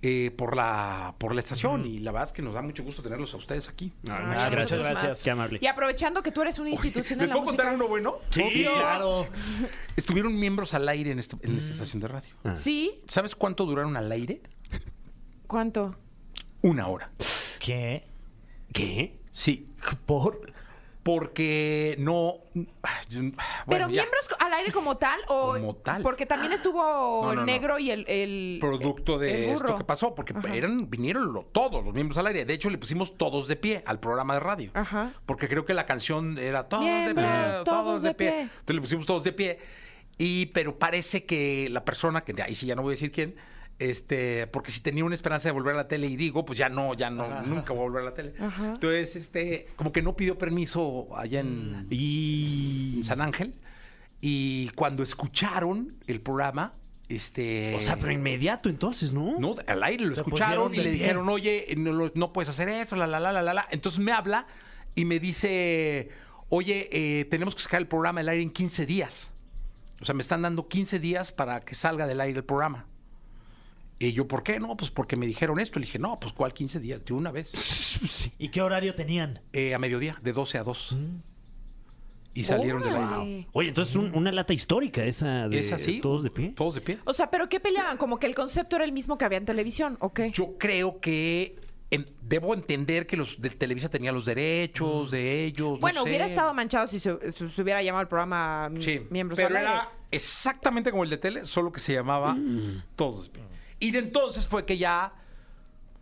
eh, por, la, por la estación y la verdad es que nos da mucho gusto tenerlos a ustedes aquí. Ah, Ay, muchas gracias, nosotros gracias. más. Qué amable. Y aprovechando que tú eres una institución ¿Les en la puedo música. contar uno bueno? Sí, Obvio. claro. Estuvieron miembros al aire en, este- en Mm. esta estación de radio. Ah. ¿Sí? ¿Sabes cuánto duraron al aire? ¿Cuánto? Una hora. ¿Qué? ¿Qué? Sí, ¿Por? porque no. mm, yo- Pero bueno, ya. miembros al aire como tal o Como tal. porque también estuvo <gasps> No, no, no. el negro y el, el- producto el de burro. esto que pasó, pues, porque Ajá. eran, vinieron lo- todos los miembros al aire. De hecho, le pusimos todos de pie al programa de radio. Ajá. Porque creo que la canción era todos Miembros, de pie, todos todos, de de pie. pie. Entonces le pusimos todos de pie. Y, pero parece que la persona, que ahí sí ya no voy a decir quién, este, porque si tenía una esperanza de volver a la tele y digo, pues ya no, ya no, nunca voy a volver a la tele. Ajá. Entonces, este, como que no pidió permiso allá Mm. en, Y. en San Ángel. Y cuando escucharon el programa, este. O sea, pero inmediato entonces, ¿no? No, al aire lo Se escucharon pusieron y de le pie. dijeron, oye, no, lo- no puedes hacer eso, la, la, la, la, la, la. Entonces me habla y me dice, oye, eh, tenemos que sacar el programa del aire en 15 días. O sea, me están dando 15 días para que salga del aire el programa. Y yo, ¿por qué? No, pues porque me dijeron esto. Le dije, no, pues ¿cuál 15 días? De una vez. ¿Y qué horario tenían? Eh, a mediodía, de 12 a 2. Mm. Y salieron del Órale. aire. Oye, entonces un- una lata histórica esa de ¿Es así? todos de pie. Todos de pie. O sea, pero ¿qué peleaban? Como que el concepto era el mismo que había en televisión, ¿o qué? Yo creo que en- debo entender que los de Televisa tenían los derechos de ellos. no bueno, sé. hubiera estado manchado si se, si se hubiera llamado el programa mm, Sí, Miembros pero al Aire. era exactamente como el de tele, solo que se llamaba Todos. Mm. Y de entonces fue que ya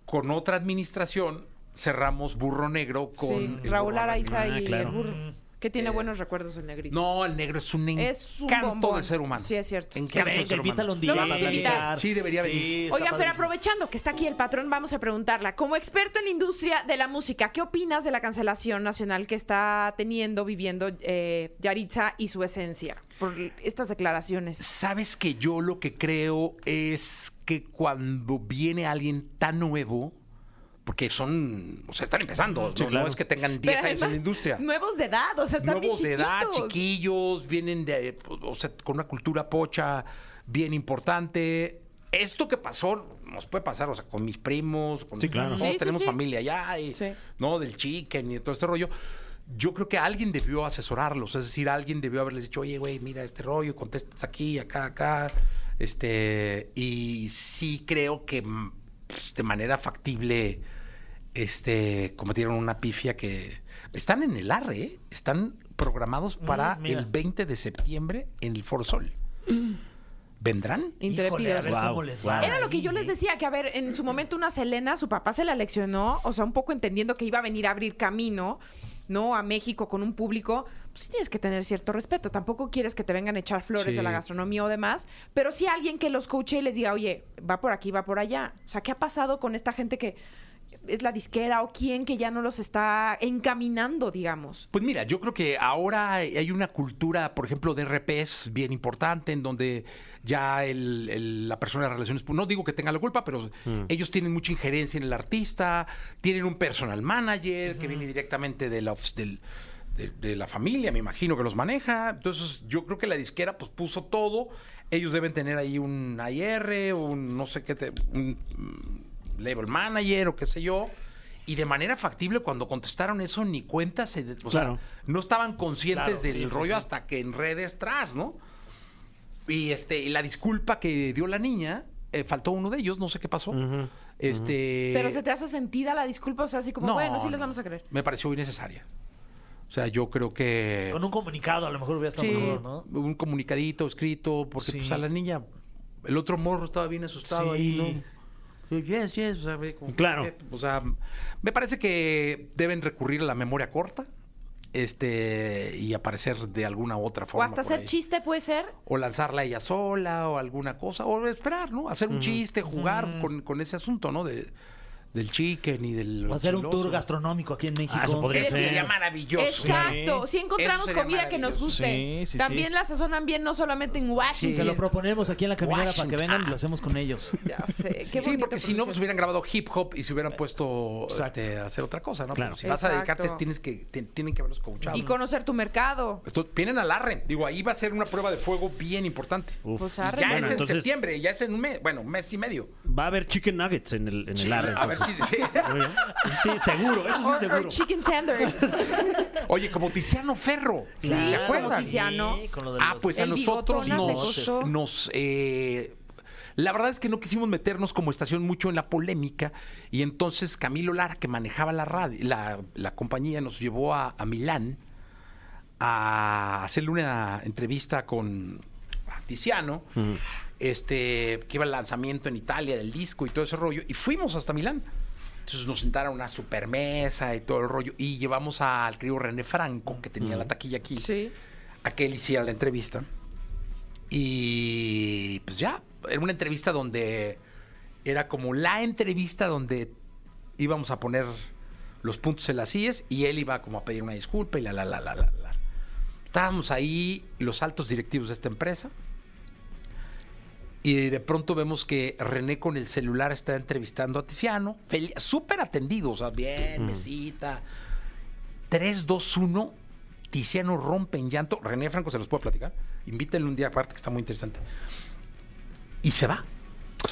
con otra administración cerramos Burro Negro con Sí, el Raúl Burro Negro. Araiza Ah, y claro. el burro. Que tiene buenos recuerdos el negrito. Mm. Eh, No, el negro es un Es un encanto bombón. de ser humano. Sí, es cierto. Encanto Que de venga, ser humano. invítalo un Lo día. vamos a invitar. Sí, debería venir. está Oigan, pero padrísimo. aprovechando que está aquí el patrón, vamos a preguntarla. Como experto en la industria de la música, ¿qué opinas de la cancelación nacional que está teniendo, viviendo eh, Yaritza y su esencia por estas declaraciones? Sabes que yo lo que creo es que cuando viene alguien tan nuevo, porque son, o sea, están empezando, Sí, no, claro. no es que tengan Pero 10 años en además, la industria. Nuevos de edad, o sea, están bien Nuevos de edad, chiquitos. chiquillos, vienen de, o sea, con una cultura pocha bien importante. Esto que pasó nos puede pasar, o sea, con mis primos, con Sí, claro. todos Sí, sí, tenemos sí. familia allá, y, Sí. ¿no? Del chicken y de todo este rollo. Yo creo que alguien debió asesorarlos, es decir, alguien debió haberles dicho, oye, güey, mira este rollo, contestas aquí, acá, acá. Este, y sí creo que mm, pues, de manera factible este, cometieron una pifia que. Están en el ARRE, ¿eh? están programados para Mm, mira. Mm. el 20 de septiembre en el For Sol. ¿Vendrán? Híjole, a Intrépidos. ver Wow, cómo les va. Era lo que yo les decía, que a ver, en su momento una Selena, su papá se la leccionó, o sea, un poco entendiendo que iba a venir a abrir camino, ¿no? A México con un público. Pues sí tienes que tener cierto respeto. Tampoco quieres que te vengan a echar flores Sí. de la gastronomía o demás, pero sí alguien que los coache y les diga, oye, va por aquí, va por allá. O sea, ¿qué ha pasado con esta gente que es la disquera o quién que ya no los está encaminando, digamos? Pues mira, yo creo que ahora hay una cultura, por ejemplo, de RPs bien importante, en donde ya el- el- la persona de relaciones, pu- no digo que tenga la culpa, pero ellos tienen mucha injerencia en el artista, tienen un personal manager que viene directamente de la, of- del- de- de la familia, me imagino que los maneja. Entonces, yo creo que la disquera pues puso todo. Ellos deben tener ahí un IR, un no sé qué, te- un mm, label manager o qué sé yo. Y de manera factible, cuando contestaron eso, ni cuenta se. de- o sea, Claro. no estaban conscientes Claro, del sí, sí, rollo sí. hasta que en redes tras, ¿no? Y este, y la disculpa que dio la niña, eh, faltó uno de ellos, no sé qué pasó. Este. pero se te hace sentida la disculpa, o sea, así como, No, bueno, sí les no. vamos a creer. Me pareció innecesaria. O sea, yo creo que. Con un comunicado a lo mejor hubiera estado Sí, mejor, ¿no? un comunicadito escrito, porque Sí. pues a la niña, el otro morro estaba bien asustado ahí, Sí. ¿no? Sí, Yes, yes, o sea, ve como- Claro. ¿qué? O sea, me parece que deben recurrir a la memoria corta, este, y aparecer de alguna otra O forma. hasta por hacer ahí. chiste puede ser. O lanzarla ella sola, o alguna cosa, o esperar, ¿no? Hacer un chiste, jugar con, con ese asunto, ¿no? De, del chicken y del. O hacer un tour chiloso. gastronómico aquí en México. Ah, eso podría Es Eso decir, sería ser. maravilloso. Exacto. Sí. Si encontramos Eso sería comida que nos maravilloso. guste. Sí, sí, También sí. la sazonan bien, no solamente en Sí. Se Washington. lo proponemos aquí en la caminera para que Washington. Ah. vengan y lo hacemos con ellos. Ya sé. Qué Sí, bonita porque si no, pues producción. hubieran grabado hip hop y se hubieran puesto Exacto. este, a hacer otra cosa, ¿no? Claro. Pero si vas a Exacto. dedicarte, tienes que, ti- tienen que haberlos coachado. Y conocer tu mercado. Esto- vienen al arre. Digo, ahí va a ser una prueba de fuego bien importante. Uf. Pues, Y arre. ya Bueno, es en entonces- septiembre, ya es en un mes, bueno, un mes y medio. Va a haber chicken nuggets en el, en el arre, A ver entonces. si... <laughs> sí. Muy bien. Sí, seguro, Or- eso sí, or seguro. chicken tenders. Oye, como Tiziano Ferro. Sí, ¿Se como acuerdan? Tiziano. Luciano. Sí, con lo de Ah, los- pues a El nosotros bigotonas le nos, costó. nos, eh, la verdad es que no quisimos meternos como estación mucho en la polémica y entonces Camilo Lara, que manejaba la radio, la, la compañía, nos llevó a, a Milán a hacerle una entrevista con Tiziano, este, que iba al lanzamiento en Italia del disco y todo ese rollo, y fuimos hasta Milán. Entonces nos sentaron a una super mesa y todo el rollo, y llevamos al querido René Franco, que tenía la taquilla aquí, Sí. a que él hiciera la entrevista. Y pues ya, era una entrevista donde era como la entrevista donde íbamos a poner los puntos en las sillas y él iba como a pedir una disculpa y la, la, la, la, la, la. Estábamos ahí los altos directivos de esta empresa y de pronto vemos que René con el celular está entrevistando a Tiziano, fel- súper atendido, o sea, bien, mesita. 3, 2, 1. Tiziano rompe en llanto. René Franco se los puedo platicar. Invítenle un día aparte que está muy interesante. Y se va.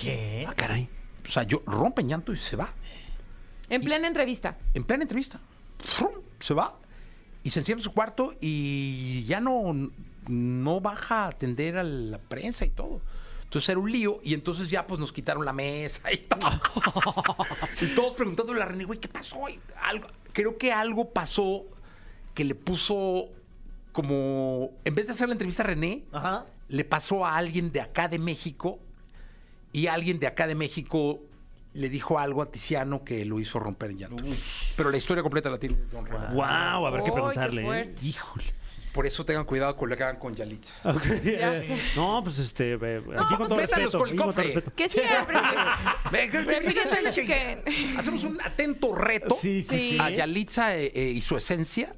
¿Qué? Ah, caray. O sea, yo rompe en llanto y se va. En plena entrevista. En plena entrevista. ¡Frum! Se va. Y se encierra en su cuarto y ya no, no baja a atender a la prensa y todo. Entonces era un lío y entonces ya pues nos quitaron la mesa y todo. y todos preguntándole a René, güey, ¿qué pasó? Y algo, creo que algo pasó que le puso como... En vez de hacer la entrevista a René, Ajá. le pasó a alguien de acá de México y alguien de acá de México le dijo algo a Tiziano que lo hizo romper en llanto. Pero la historia completa la tiene Don René. Wow, habrá Ay, que qué preguntarle. ¿eh? fuerte. Híjole. Por eso tengan cuidado con lo que hagan con Yalitza. Ok. Ya sé. No, pues este, eh, aquí pues con todo métalos respeto. con el aquí todo cofre. respeto. Que siempre. <laughs> Ve, ve, ve, fíjense ve, que- che, Hacemos un atento reto Sí, sí, Sí. Ah, sí. a Yalitza eh, eh, y su esencia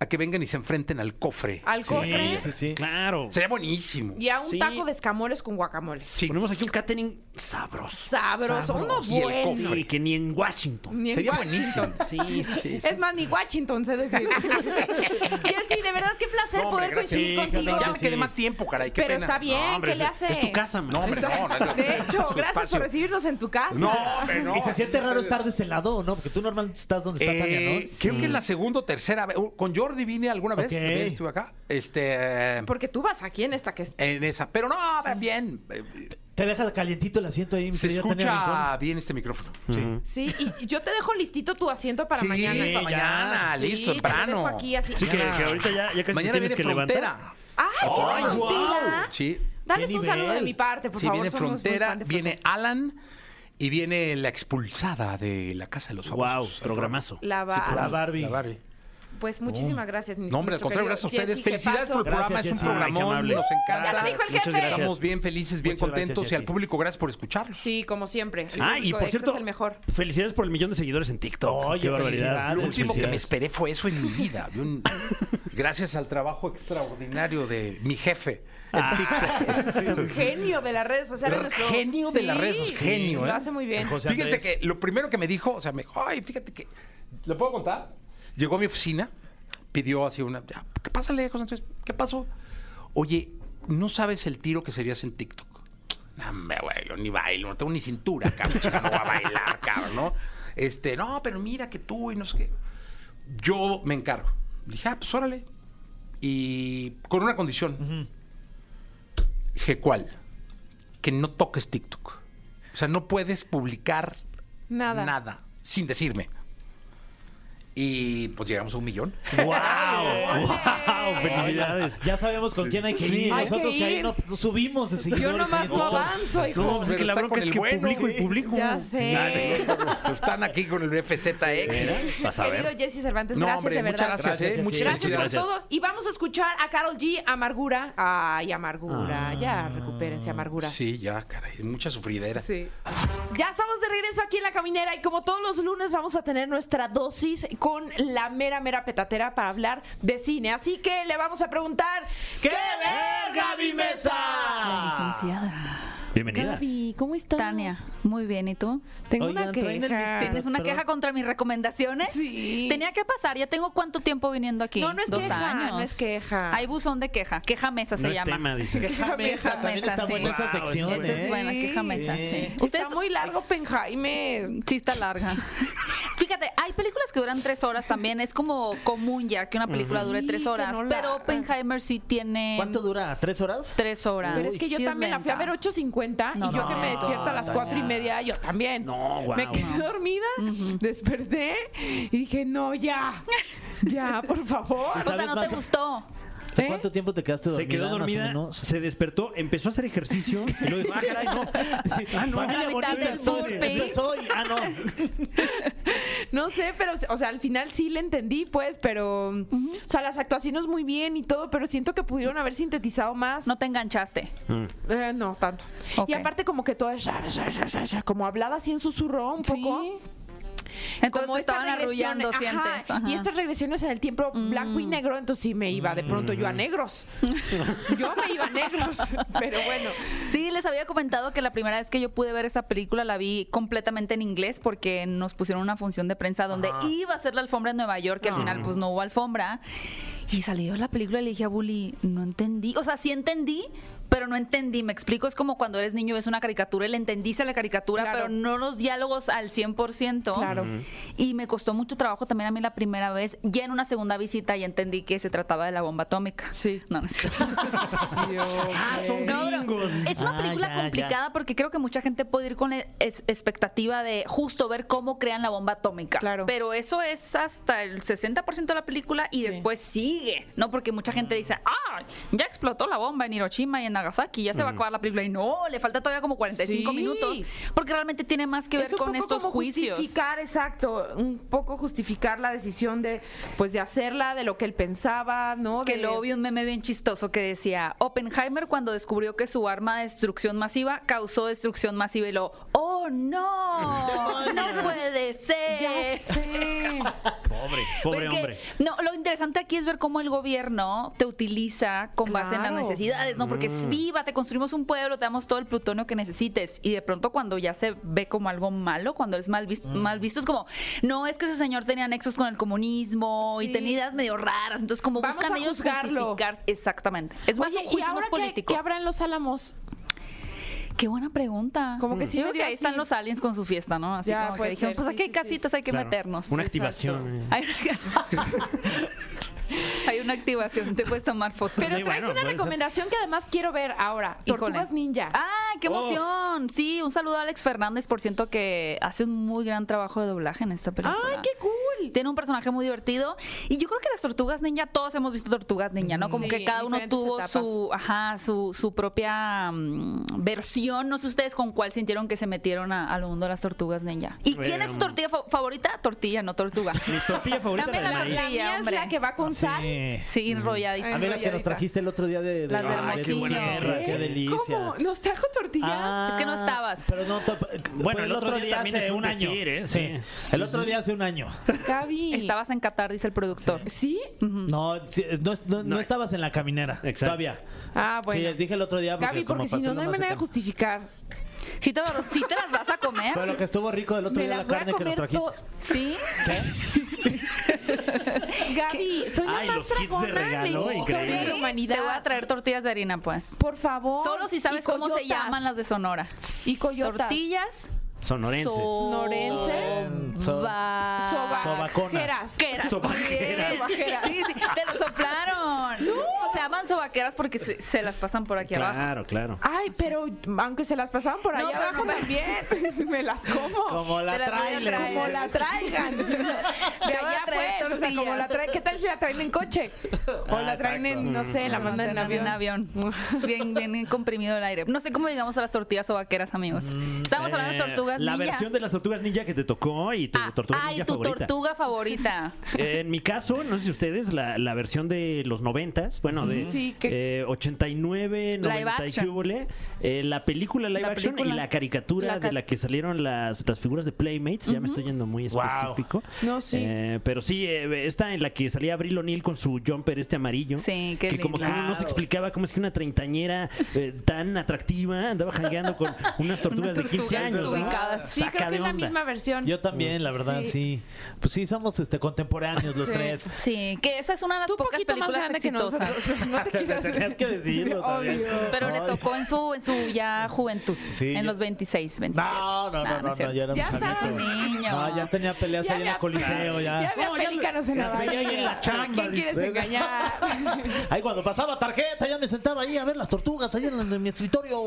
a que vengan y se enfrenten al cofre. Al cofre Sí, sí. Claro. Sería buenísimo. y a un Sí. taco de escamoles con guacamoles. Sí. Ponemos aquí un catering sabroso. Sabroso, uno Y el bueno. cofre. Sí, que ni en Washington. Ni en Sería Washington. buenísimo. Sí, sí. Sí, sí. Es más, ni Washington, sé <laughs> decir. Jessy, de verdad, qué placer No, hombre, poder gracias. coincidir Sí, qué contigo. Ya claro me que quedé sí. más tiempo, caray. Qué Pero pena. está bien, No, hombre, ¿qué le es- hace? Es tu casa, man. No, hombre, no, no, no. De hecho, Su gracias espacio. por recibirnos en tu casa. No, hombre, no. Y se siente raro estar de ese lado, ¿o ¿no? Porque tú normalmente estás donde está Tania, Eh, ¿no? Creo que es la segunda o tercera vez. Uh, Con Jordi vine alguna vez. Ok. también estuve acá. Este. Porque tú vas aquí en esta que está. En esa. Pero no, bien. eh, Te deja calientito el asiento ahí, mi Se querida Tania escucha bien este micrófono. Rincón. Sí. Sí, y yo te dejo listito tu asiento para Sí, mañana. para mañana, Sí, listo, te lo temprano. dejo aquí así. Sí, que, que ahorita ya, ya casi Mañana te viene tienes que levantar. Frontera. ¡Ay, ¡Ay, qué frontera! guau! Sí. Dales ¡Qué un nivel! saludo de mi parte, por sí, favor. viene somos muy Frontera, fan de viene Frontera. Alan y viene la expulsada de la Casa de los Wow, Famosos. programazo. La va. La Barbie. La Barbie. Pues muchísimas gracias. Oh. No, hombre, al contrario, gracias a ustedes. Felicidades por el Gracias, programa, es un Jessy. Ay, qué programón, amable. nos encanta. Ya lo dijo el Muchas jefe. gracias. Estamos bien felices, bien Muchas gracias, contentos y al Jessy. público, gracias por escucharlos. Sí, como siempre. El Ah, y público por de Exa cierto, es el mejor. felicidades por el millón de seguidores en TikTok. Oye, Qué barbaridad. felicidades. Lo último que me felicidades. esperé fue eso en mi vida. Vi un- <laughs> Gracias al trabajo extraordinario de mi jefe. <laughs> Ah, <laughs> Es un genio de las redes sociales. nuestro- Genio de las redes Sí, sociales, genio, ¿eh? Lo hace muy bien. José Fíjense Andrés. que lo primero que me dijo, o sea, me dijo, ay, fíjate que. ¿Lo puedo contar? Llegó a mi oficina, pidió así una. "Ya, ¿Qué pásale, José Andrés? ¿Qué pasó? Oye, no sabes el tiro que serías en TikTok. No, hombre, güey, yo ni bailo, no tengo ni cintura, cabrón, chica, no voy a bailar, <laughs> cabrón, ¿no? Este, no, pero mira que tú y no sé qué. Yo me encargo. Le dije, ah, pues órale. Y con una condición. Dije, ¿cuál? Que no toques TikTok. O sea, no puedes publicar Nada. sin decirme. Y pues llegamos a <laughs> un millón. ¡Wow! ¡Wow! ¡Felicidades! Ya sabemos con quién hay que ir. Hay que Nosotros que ahí ir. no no subimos de seguidores. Yo nomás ahí, no avanzo, hijo. No, pues es Pero que la está con bronca es el que bueno, publico y sí. publico. Ya sé. ¿eh? Pues, Están aquí con el FZX. Vas a Querido ver. Jesse Cervantes, No, gracias hombre, de verdad. muchas gracias, Gracias, ¿eh? Jessy. Muchas Gracias por felicidades. todo. Y vamos a escuchar a Carol G, Amargura. Ay, Amargura. ya, recupérense, Amargura. Sí, ya, caray, mucha sufridera. Sí. Ya estamos de regreso aquí en la caminera y como todos los lunes vamos a tener nuestra dosis con la mera mera petatera para hablar de cine. Así que le vamos a preguntar ¡Qué ver, Gaby La Mesa! licenciada. Bienvenida. Gaby, ¿cómo estás? Ah, Tania, muy bien, ¿y tú? Tengo Oigan, una traen el queja. Pero- ¿Tienes una pero- queja contra mis recomendaciones? Sí. Tenía que pasar, ya tengo cuánto tiempo viniendo aquí. No, no es Dos queja, años. no es queja. Hay buzón de queja, queja mesa No se es llama. tema, dice. Queja mesa, Queja también mesa, está buena sí. esa Wow, sección, Esa es ¿eh? buena, queja mesa, sí. Está muy largo, Penjaime. Sí está larga. <laughs> Fíjate, hay películas que duran tres horas también. Es como común ya que una película dure Sí, tres que horas. no la- pero Oppenheimer sí tiene ¿Cuánto dura? ¿Tres horas? tres horas. Pero es que Sí yo también la fui a ver lenta. 8.50 No, y yo no, que me no, despierto a las Tania. 4 y media, yo también. No, guau. Me quedé dormida, desperté y dije, no, ya, ya, <laughs> por favor. O sea, ¿Sabes no más te o- gustó. ¿Eh? ¿Cuánto tiempo te quedaste dormida? Se quedó más o dormida, menos? se despertó, empezó a hacer ejercicio y luego dijo, ah, caray, no. Ah, no. la mitad bonita del estoy, burpee. esto es hoy. Ah, no. <laughs> No sé, pero, o sea, al final sí le entendí, pues, pero, o sea, las actuaciones muy bien y todo, pero siento que pudieron haber sintetizado más. No te enganchaste. Eh, no tanto. Ok. Y aparte como que todo es como hablada así en susurro un poco. Sí. Entonces como te esta estaban regresión- arrullando, ajá, sientes. Y Ajá. Mm. estas regresiones en el tiempo blanco y negro, entonces sí me iba de pronto Mm. yo a <laughs> negros. yo me iba a negros, pero bueno. Sí, les había comentado que la primera vez que yo pude ver esa película la vi completamente en inglés porque nos pusieron una función de prensa donde iba a ser la alfombra en Nueva York, que al final pues no hubo alfombra. Y salí de la película y le dije a Bully, no entendí. O sea, sí entendí, pero no entendí. Me explico, es como cuando eres niño y ves una caricatura y le entendiste la caricatura, Claro. pero no los diálogos al 100%. Claro. Y me costó mucho trabajo también a mí la primera vez. Ya en una segunda visita ya entendí que se trataba de la bomba atómica. Sí. No, no es cierto. Ah, son No, pero gringos. es una Ah, película ya, ya. complicada porque creo que mucha gente puede ir con la es- expectativa de justo ver cómo crean la bomba atómica. Claro. Pero eso es hasta el 60% de la película y Sí. después sigue, ¿no? Porque mucha gente Mm. dice, ah, ya explotó la bomba en Hiroshima y en Nagasaki, ya se va Mm. a acabar la película. Y no, le falta todavía como 45 Sí. minutos porque realmente tiene más que ver Es un con poco estos como juicios. justificar, exacto, un poco justificar la decisión de, pues, de hacerla, de lo que él pensaba, ¿no? Que De- lo vi un meme bien chistoso que decía Oppenheimer cuando descubrió que su arma de destrucción masiva causó destrucción masiva y lo ¡Oh <laughs> no! ¡No puede Ya ser! sé. Pobre, pobre Porque- hombre. No, lo interesante aquí es ver cómo el gobierno te utiliza con base en las Claro. necesidades, ¿no? Porque Mm. es viva, te construimos un pueblo, te damos todo el plutonio que necesites. Y de pronto cuando ya se ve como algo malo, cuando es mal Mm. visto, mal visto, es como, no, es que ese señor tenía nexos con el comunismo Sí. y tenía ideas medio raras. Entonces, como Vamos buscan a ellos juzgarlo. justificar. Exactamente. Es más Oye, un ¿y juicio ahora más qué, político. qué Qué, habrá en los álamos? Pues buena pregunta. Mm. Como que sí Yo me creo que dio ahí así. están los aliens con su fiesta, ¿no? Así Ya, como que puede dijeron, ser, pues sí, aquí hay sí, sí. casitas, hay que Claro, meternos. Una activación. eh, Hay una, <laughs> Hay una activación, te puedes tomar fotos. Pero Sí, traes bueno, una puede ser. recomendación que además quiero ver ahora. Híjole. Tortugas Ninja. ¡Ah, qué emoción! Sí, un saludo a Alex Fernández, por cierto, que hace un muy gran trabajo de doblaje en esta película. ¡Ay, qué cool! Tiene un personaje muy divertido. Y yo creo que las tortugas ninja, todos hemos visto tortugas ninja, ¿no? Como Sí, que cada uno diferentes tuvo etapas. su, ajá, su, su propia mm, versión. No sé ustedes con cuál sintieron que se metieron a- al mundo de las tortugas ninja. ¿Y quién es su Em. tortilla fa- favorita? Tortilla, no tortuga. Mi tortilla favorita Dame la de la- maíz. La Sí, mía hombre. es la que va con sal. Sí, Ay, enrolladita. A ver, las que nos Enrolladita. trajiste el otro día de... Las de Ay, qué buena Hermosillo. guerra, ¿Eh? Qué delicia. ¿Cómo? ¿Nos trajo tortillas? Ah, Es que no estabas. Pero no, to- Bueno, fue el otro día también es un decir, ¿eh? Sí. El otro día hace un año. Gaby. Estabas en Qatar, dice el productor. ¿Sí? No, sí, no, es- no- no estabas en la caminera. Exacto. Todavía. Ah, bueno. Sí, dije el otro día. Gaby, como porque si pasé no, no hay nomás manera de acá. justificar. Si te, sí te las vas a comer? Pero lo que estuvo rico del otro Me día las la voy a carne que nos comer trajiste. todas. Sí. <laughs> Gaby, soy la Ay, más los kits de tragona en regalo, la historia increíble. de la humanidad. Te voy a traer tortillas de harina, pues. Por favor. Solo si Oh, Y sabes cómo se coyotas. llaman las de Sonora. Y coyotas. Tortillas Sonorenses. Sonorenses. sonorenses. va- Sobajeras. Ah. Sobaconas. Sobaqueras. Sobaqueras. Bien. Sobaqueras. <laughs> Sí, sí, te lo soplaron. Se llaman sobaqueras porque se, se las pasan por aquí abajo. Claro, claro. Ay, pero aunque se las pasaban por allá No, pero abajo no me- también, <laughs> me las como. Como Te la las voy a trailer. traer. Como la <laughs> traigan. De voy allá a traer pues, o sea, como tortillas. la traen, ¿qué tal si la traen en coche? O Ah, la traen exacto. en, no sé, la Te mandan en mandan avión. Bien, bien comprimido el aire. No sé cómo llegamos a las tortillas sobaqueras, amigos. Estamos hablando de Eh, tortugas La ninja. versión de las tortugas ninja que te tocó y tu Ah, tortuga ay, ninja tu favorita. <laughs> tortuga favorita. Eh, En mi caso, no sé si ustedes, la, la versión de los noventas, bueno, de Sí, que- eh, 89, Live 90 y action. qué hubole, eh, la película live La action y película. la caricatura La ca- de la que salieron las, las figuras de Playmates, ya me estoy yendo muy Wow. específico. No, sí. Eh, pero sí, eh, esta en la que salía Abril O'Neill con su jumper este amarillo, Sí, qué que como que lindo. uno no se explicaba cómo es que una treintañera eh, tan atractiva andaba jangueando con unas tortugas de 15 tortuga años. ¿no? Ah, desubicada. Sí, Saca creo que de es la onda. misma versión. Yo también, la verdad, Sí. sí. Pues sí, somos este contemporáneos los Sí. tres. Sí, que esa es una de las Tú pocas poquito más películas grande que exitosas. nosotros, <laughs> no no te quiero hacer- Tenías que decirlo también. Obvio. Pero le Ay. tocó en su, en su <laughs> ya juventud, Sí, yo- en los 26, 27. No, no, Nah, no, no, es cierto. no, ya era Ya un estaba chamito. niño. Ah, No, ya Ah, tenía peleas Ya ahí en había- el coliseo, ya. Ya había No, ya pelícanos en la las veía ahí en la banca. chamba, ¿A quién quieres dice. engañar? Ahí cuando pasaba tarjeta, ya me sentaba ahí a ver las tortugas ahí en, en <laughs> mi escritorio.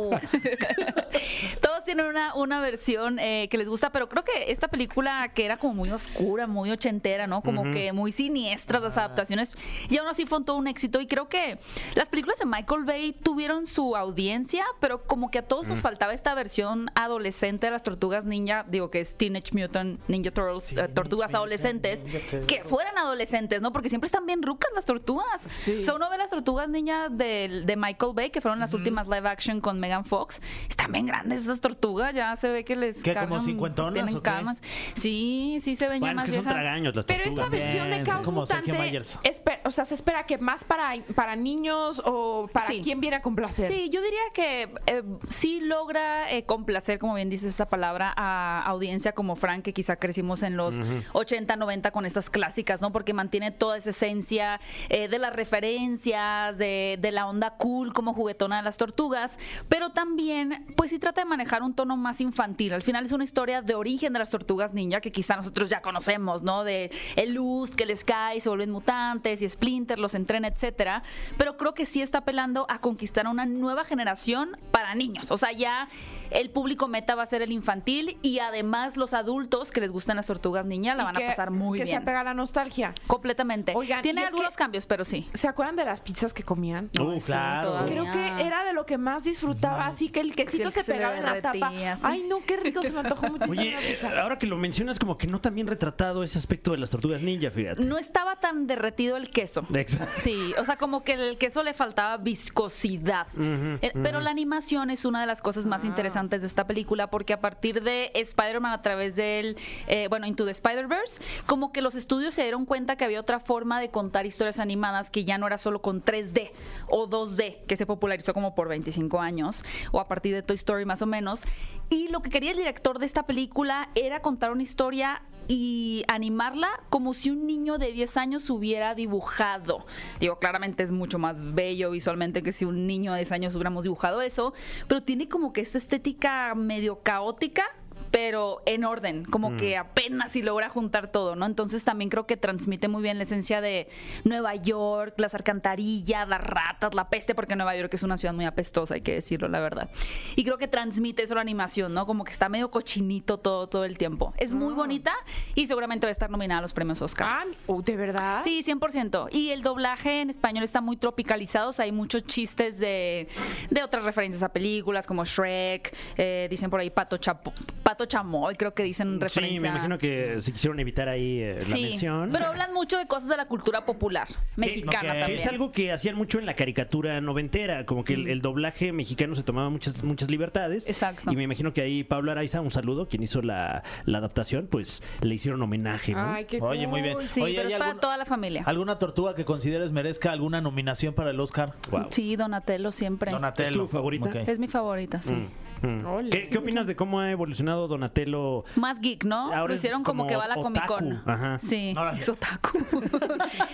Todos tienen una, una versión eh, que les gusta, pero creo que esta película que era como muy oscura, muy ochentera, ¿no? Como que muy siniestras las Ah. adaptaciones. Y aún así fue todo un éxito. Y creo que las películas de Michael Bay tuvieron su audiencia, pero como que a todos Mm. nos faltaba esta versión adolescente de las tortugas ninja, digo que es Teenage Mutant Ninja Turtles, eh, tortugas adolescentes, que fueran adolescentes, ¿no? Porque siempre están bien rucas las tortugas. O sea, uno ve las tortugas niñas de, de Michael Bay, que fueron las últimas live action con Megan Fox. Están bien grandes esas tortugas, ya se ve que les ¿Qué, como cargan- cincuentonas Tienen o qué? camas. Sí, sí se ven ya Bueno, es más que son viejas. tragaños las Pero esta tortugas. ¿eh? versión de son Caos como Sergio Mutante, Myers. espe- o sea, se espera que más para, para niños o para Sí. quien viene a complacer. Sí, yo diría que eh, sí logra eh, complacer, como bien dices esa palabra, a audiencia como Frank, que quizá crecimos en los 80, 90 con estas clásicas, ¿no? Porque mantiene toda esa esencia eh, de las referencias, de, de la onda cool como juguetona de las tortugas, pero también, pues sí trata de manejar un tono más infantil. Al final es una historia de origen de las tortugas ninja que quizá nosotros ya conocemos, ¿no? De el luz que les cae, y se vuelven mutantes y Splinter los entrena, etcétera. Pero creo que sí está apelando a conquistar a una nueva generación para niños. O sea, ya el público meta va a ser el infantil y además los adultos que les gustan las tortugas niñas la Y van que- a pasar muy Que se bien. apega a la nostalgia. Completamente. Oigan, y Tiene es algunos que- cambios, pero sí. ¿Se acuerdan de las pizzas que comían? Uh, Ay, sí, claro. todavía. Creo que era de lo que más disfrutaba, así que el quesito el se que se le pegaba en la tapa. derretía, sí. Ay, no, qué rico, se me <laughs> antojó muchísimo Oye, la eh, pizza. ahora que lo mencionas, como que no tan bien retratado ese aspecto de las tortugas ninja, fíjate. No estaba tan derretido el queso. Exacto. Sí, o sea, como que el queso le faltaba viscosidad. Eh, Pero la animación es una de las cosas más interesantes de esta película porque a partir de Spider-Man a través del, eh, bueno, Into the Spider-Verse, como que los estudios se dieron cuenta que había otra forma de contar historias animadas que ya no era solo con 3D o 2D, que se popularizó como por 25 años, o a partir de Toy Story más o menos. Y lo que quería el director de esta película era contar una historia y animarla como si un niño de 10 años hubiera dibujado. Digo, claramente es mucho más bello visualmente que si un niño de 10 años hubiéramos dibujado eso, pero tiene como que esta estética medio caótica. Pero en orden, como que apenas si logra juntar todo, ¿no? Entonces también creo que transmite muy bien la esencia de Nueva York, las alcantarillas, las ratas, la peste, porque Nueva York es una ciudad muy apestosa, hay que decirlo, la verdad. Y creo que transmite eso la animación, ¿no? Como que está medio cochinito todo, todo el tiempo. Es muy bonita y seguramente va a estar nominada a los premios Oscar. Ah, oh, ¿de verdad? Sí, 100%. Y el doblaje en español está muy tropicalizado. o sea, hay muchos chistes de, de otras referencias a películas como Shrek. eh, dicen por ahí Pato, Chapo- Pato Chamoy, creo que dicen referencia. Sí, me imagino que si quisieron evitar ahí eh, la Sí, mención. pero hablan mucho de cosas de la cultura popular mexicana que Que también. es algo que hacían mucho en la caricatura noventera, como que el, el doblaje mexicano se tomaba muchas muchas libertades. Mm. Exacto. Y me imagino que ahí Pablo Araiza, un saludo, quien hizo la, la adaptación, pues le hicieron homenaje, Ah, ¿no? Ay, qué Oye, muy bien. cool. <laughs> Sí, Oye, pero ¿hay es para alguna- toda la familia. Ah, ¿Alguna tortuga que consideres merezca alguna nominación para el Oscar? Wow. Sí, Donatello siempre. Donatello. ¿Es tu favorita? Ok. Es mi favorita, sí. Mm. Ole. ¿Qué, qué opinas de cómo ha evolucionado Donatello? Más geek, ¿no? Ahora Lo es hicieron como, como que va a la otaku. Comic Con. Ajá. Sí, Ahora sí. es otaku.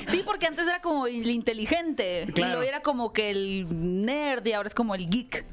sí, porque antes era como el inteligente. Y Claro. luego era como que el nerd y ahora es como el geek.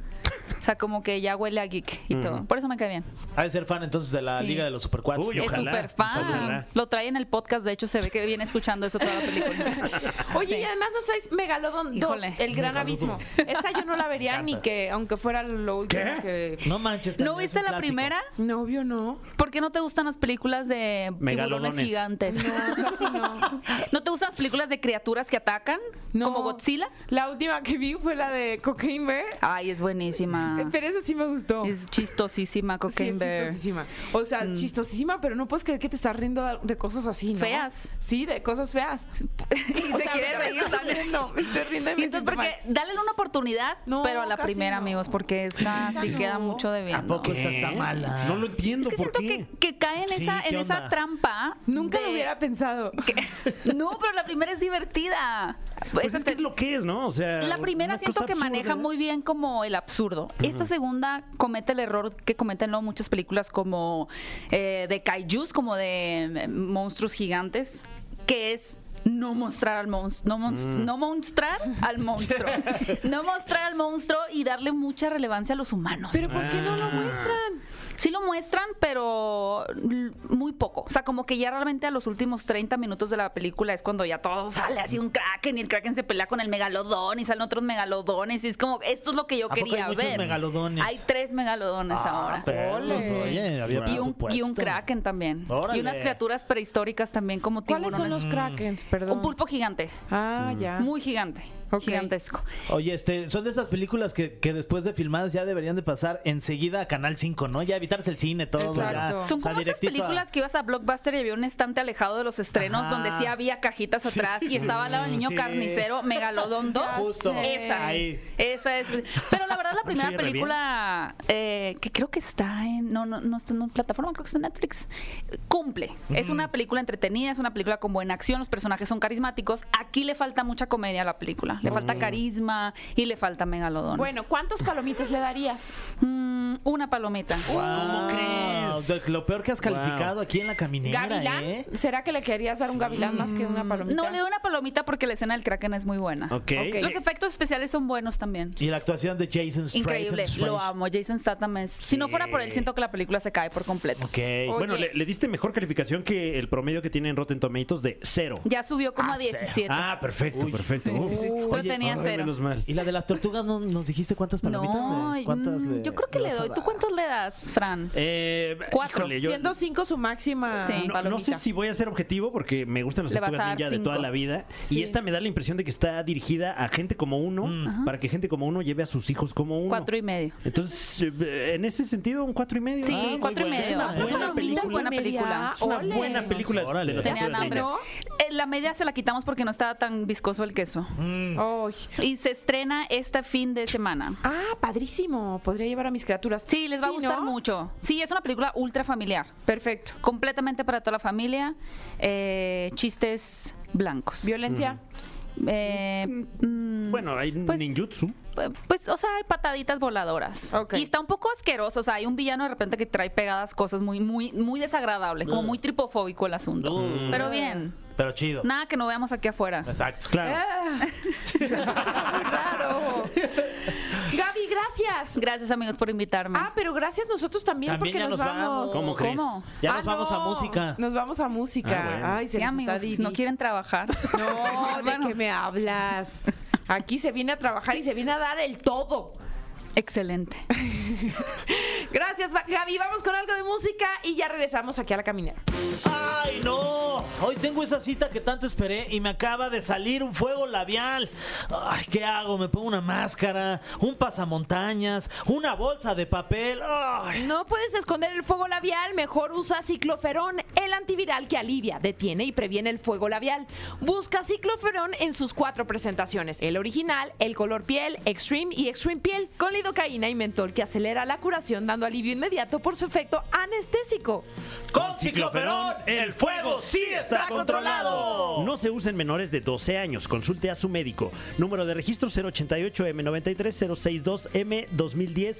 O sea, como que ya huele a geek y todo. Por eso me cae bien. Ha de ser fan entonces de la Sí. Liga de los Supercuates. Uy, es ojalá, súper fan. ojalá. Lo trae en el podcast, de hecho se ve que viene escuchando eso toda <laughs> la película. Oye, Sí. y además nos traes Megalodon 2, Híjole. El Gran Abismo. Esta yo no la vería Me ni encanta. que, aunque fuera lo último que... No manches. ¿No también es viste un la clásico. primera? Novio no. ¿Por qué no te gustan las películas de tiburones Megalodones. gigantes? No, casi no. <laughs> ¿No te gustan las películas de criaturas que atacan? No. Como Godzilla. La última que vi fue la de Cocaine Bear. Ay, es buenísima. Pero esa sí me gustó. Ah. Es chistosísima Oh. Sí, Cocaine es Bear. chistosísima. O sea, Mm. chistosísima, pero no puedes creer que te estás riendo de cosas así, ¿no? Feas. Sí, de cosas feas. <laughs> Y O se sea, quiere ahorita me reír estoy también. riendo, me estoy riendo y me Entonces, siento porque dale una oportunidad, No, pero a la casi primera, no. amigos, porque esta Esta sí no. queda mucho de bien. ¿A poco esta está mala? No lo entiendo Es que pues, por siento qué. que, que cae en, Sí, esa, ¿qué en esa onda? trampa. Nunca lo de- hubiera pensado. que- <laughs> No, pero la primera es divertida. Pues Esa es que te- es lo que es, ¿no? O sea, La primera una siento cosa que maneja absurda. ¿eh? muy bien como el absurdo. Esta segunda comete el error que cometen luego muchas películas como eh, de kaijus, como de eh, monstruos gigantes, que es no mostrar al monstruo, no, mons- Mm. no mostrar <laughs> al monstruo, no mostrar al monstruo y darle mucha relevancia a los humanos. Pero ¿por Ah. qué no lo muestran? Sí lo muestran, pero l- muy poco. O sea, como que ya realmente a los últimos 30 minutos de la película es cuando ya todo sale así un kraken y el kraken se pelea con el megalodón y salen otros megalodones y es como, esto es lo que yo ¿A poco quería hay muchos ver. megalodones? Hay tres megalodones ahora. perros, Ah, oye, había Y un, y un presupuesto. kraken también. Órale. Y unas criaturas prehistóricas también como ¿Cuáles son tiburones. los krakens? Perdón. Un pulpo gigante. Mm. Ah, ya. Muy gigante. Ok. Gigantesco. Oye, este, son de esas películas que, que después de filmadas ya deberían de pasar enseguida a Canal 5, ¿no? Ya evitarse el cine, todo. Exacto. ya. Son O sea, como esas directito a- películas que ibas a Blockbuster y había un estante alejado de los estrenos Ajá. donde sí había cajitas Sí, atrás sí, y estaba al lado el niño sí. carnicero Megalodón 2. Justo. Esa. Ahí. Esa es. Pero <laughs> la verdad, la primera Sí, re bien. película eh, que creo que está en. No, no, no está en una plataforma, creo que está en Netflix. Cumple. Es una película entretenida, es una película con buena acción, los personajes son carismáticos. Aquí le falta mucha comedia a la película. Le Mm. falta carisma y le falta Megalodón. Mm, Bueno, ¿cuántas palomitas le darías? una palomita. Wow, de- Lo peor que has calificado aquí en la caminera, ¿Gavilán? ¿eh? ¿Será que le querías dar un gavilán más que una palomita? Mm. No, le doy una palomita porque la escena del Kraken es muy buena. Ok. Eh, Ok. Los efectos especiales son buenos también. Y la actuación de Jason Statham. Increíble, lo Statham. amo. Jason Statham es... Si no fuera por él, siento que la película se cae por completo. Ok. Bueno, Oye. le, le diste mejor calificación que el promedio que tiene en Rotten Tomatoes de cero. Ya subió como a 17. Ah, perfecto, perfecto. sí, sí, sí. Pero tenía Oh. ay, cero. Menos mal. ¿Y la de las tortugas no nos dijiste cuántas palomitas No, le, cuántas mm, le- yo creo que le vas a doy. ¿Tú dar? cuántos le das, Fran? Eh, Cuatro. híjole, yo- Siendo cinco su máxima Sí. no, no palomita. sé si voy a ser objetivo porque me gustan las Le vas a tortugas dar ninja de toda cinco. la vida. Sí. Y esta me da la impresión de que está dirigida a gente como uno para que gente como uno lleve a sus hijos como uno. Mm. Cuatro y medio. Entonces, eh, en ese sentido, un cuatro y medio. Sí, Ah, muy cuatro y bueno. Es medio. una Es buena una película. muy buena película. Es una Ole. buena película. Órale. de las Tenían tortugas hambre. ninja. ¿No? Eh, La media se la quitamos porque no estaba tan viscoso el queso. Mm. Ay. Y se estrena este fin de semana. Ah, padrísimo. Podría llevar a mis criaturas. Sí, les va a gustar ¿no? mucho. Sí, es una película ultra familiar. Perfecto. Completamente para toda la familia. eh, chistes blancos. Mm. Violencia. Eh, mm, Bueno, hay Pues- ninjutsu. pu- pues, o sea, hay pataditas voladoras. Ok. Y está un poco asqueroso. O sea, hay un villano de repente que trae pegadas cosas muy, muy, muy desagradables, como muy tripofóbico el asunto. Mm. Pero bien, Pero chido. nada que no veamos aquí afuera. Exacto. Claro. Ah, <laughs> muy raro. Gaby, gracias. Gracias, amigos, por invitarme. Ah, pero gracias nosotros también, También porque ya nos nos vamos. vamos. ¿Cómo crees? ¿Cómo? Ya Ah, nos vamos a no. música. Nos vamos a música. Ah, bueno. Ay, se Sí, nos amigos, está Didi. no quieren trabajar. pues, <laughs> <laughs> No, ¿de Bueno. qué me hablas? Aquí se viene a trabajar y se viene a dar el todo. Excelente. Gracias, Va- Gaby. Vamos con algo de música y ya regresamos aquí a la caminera. ¡Ay, no! Hoy tengo esa cita que tanto esperé y me acaba de salir un fuego labial. Ay, ¿qué hago? Me pongo una máscara, un pasamontañas, una bolsa de papel. Ay. No puedes esconder el fuego labial, mejor usa cicloferón, el antiviral que alivia, detiene y previene el fuego labial. Busca cicloferón en sus cuatro presentaciones, el original, el color piel, extreme y extreme piel, con lidocaína y mentol que acelera la curación dando alivio inmediato por su efecto anestésico. Con cicloferón, el fuego sí está controlado. No se usen menores de 12 años. Consulte a su médico. Número de registro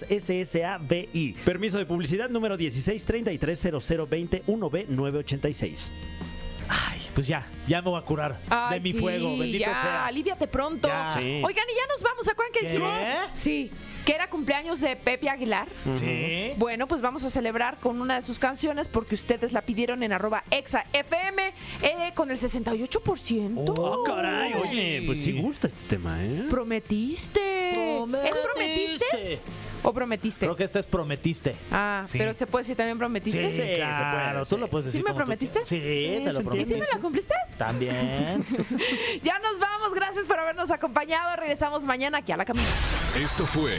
088M93062M2010SSABI. Permiso de publicidad número 16330020-1B986. Ay, pues ya, ya me voy a curar de Ay, mi sí, fuego, bendito ya, sea. aliviate pronto. Ya. Sí. Oigan, y ya nos vamos, ¿se acuerdan que ¿Qué? dijimos? Sí, que era cumpleaños de Pepe Aguilar. Sí. Bueno, pues vamos a celebrar con una de sus canciones porque ustedes la pidieron en arroba exa FM eh, con el 68%. ¡Oh, caray! Oye, pues sí gusta este tema, ¿eh? Prometiste. ¿Es prometiste? Prometiste. ¿O prometiste? Creo que esta es prometiste. Ah, Sí. pero se puede decir también prometiste. Sí, se puede, claro, tú sí. lo puedes ¿Sí decir. me como tú prometiste? quieras. Sí, te lo ¿Y prometí. si me la cumpliste? También. Ya nos vamos. Gracias por habernos acompañado. Regresamos mañana aquí a la camina. Esto fue.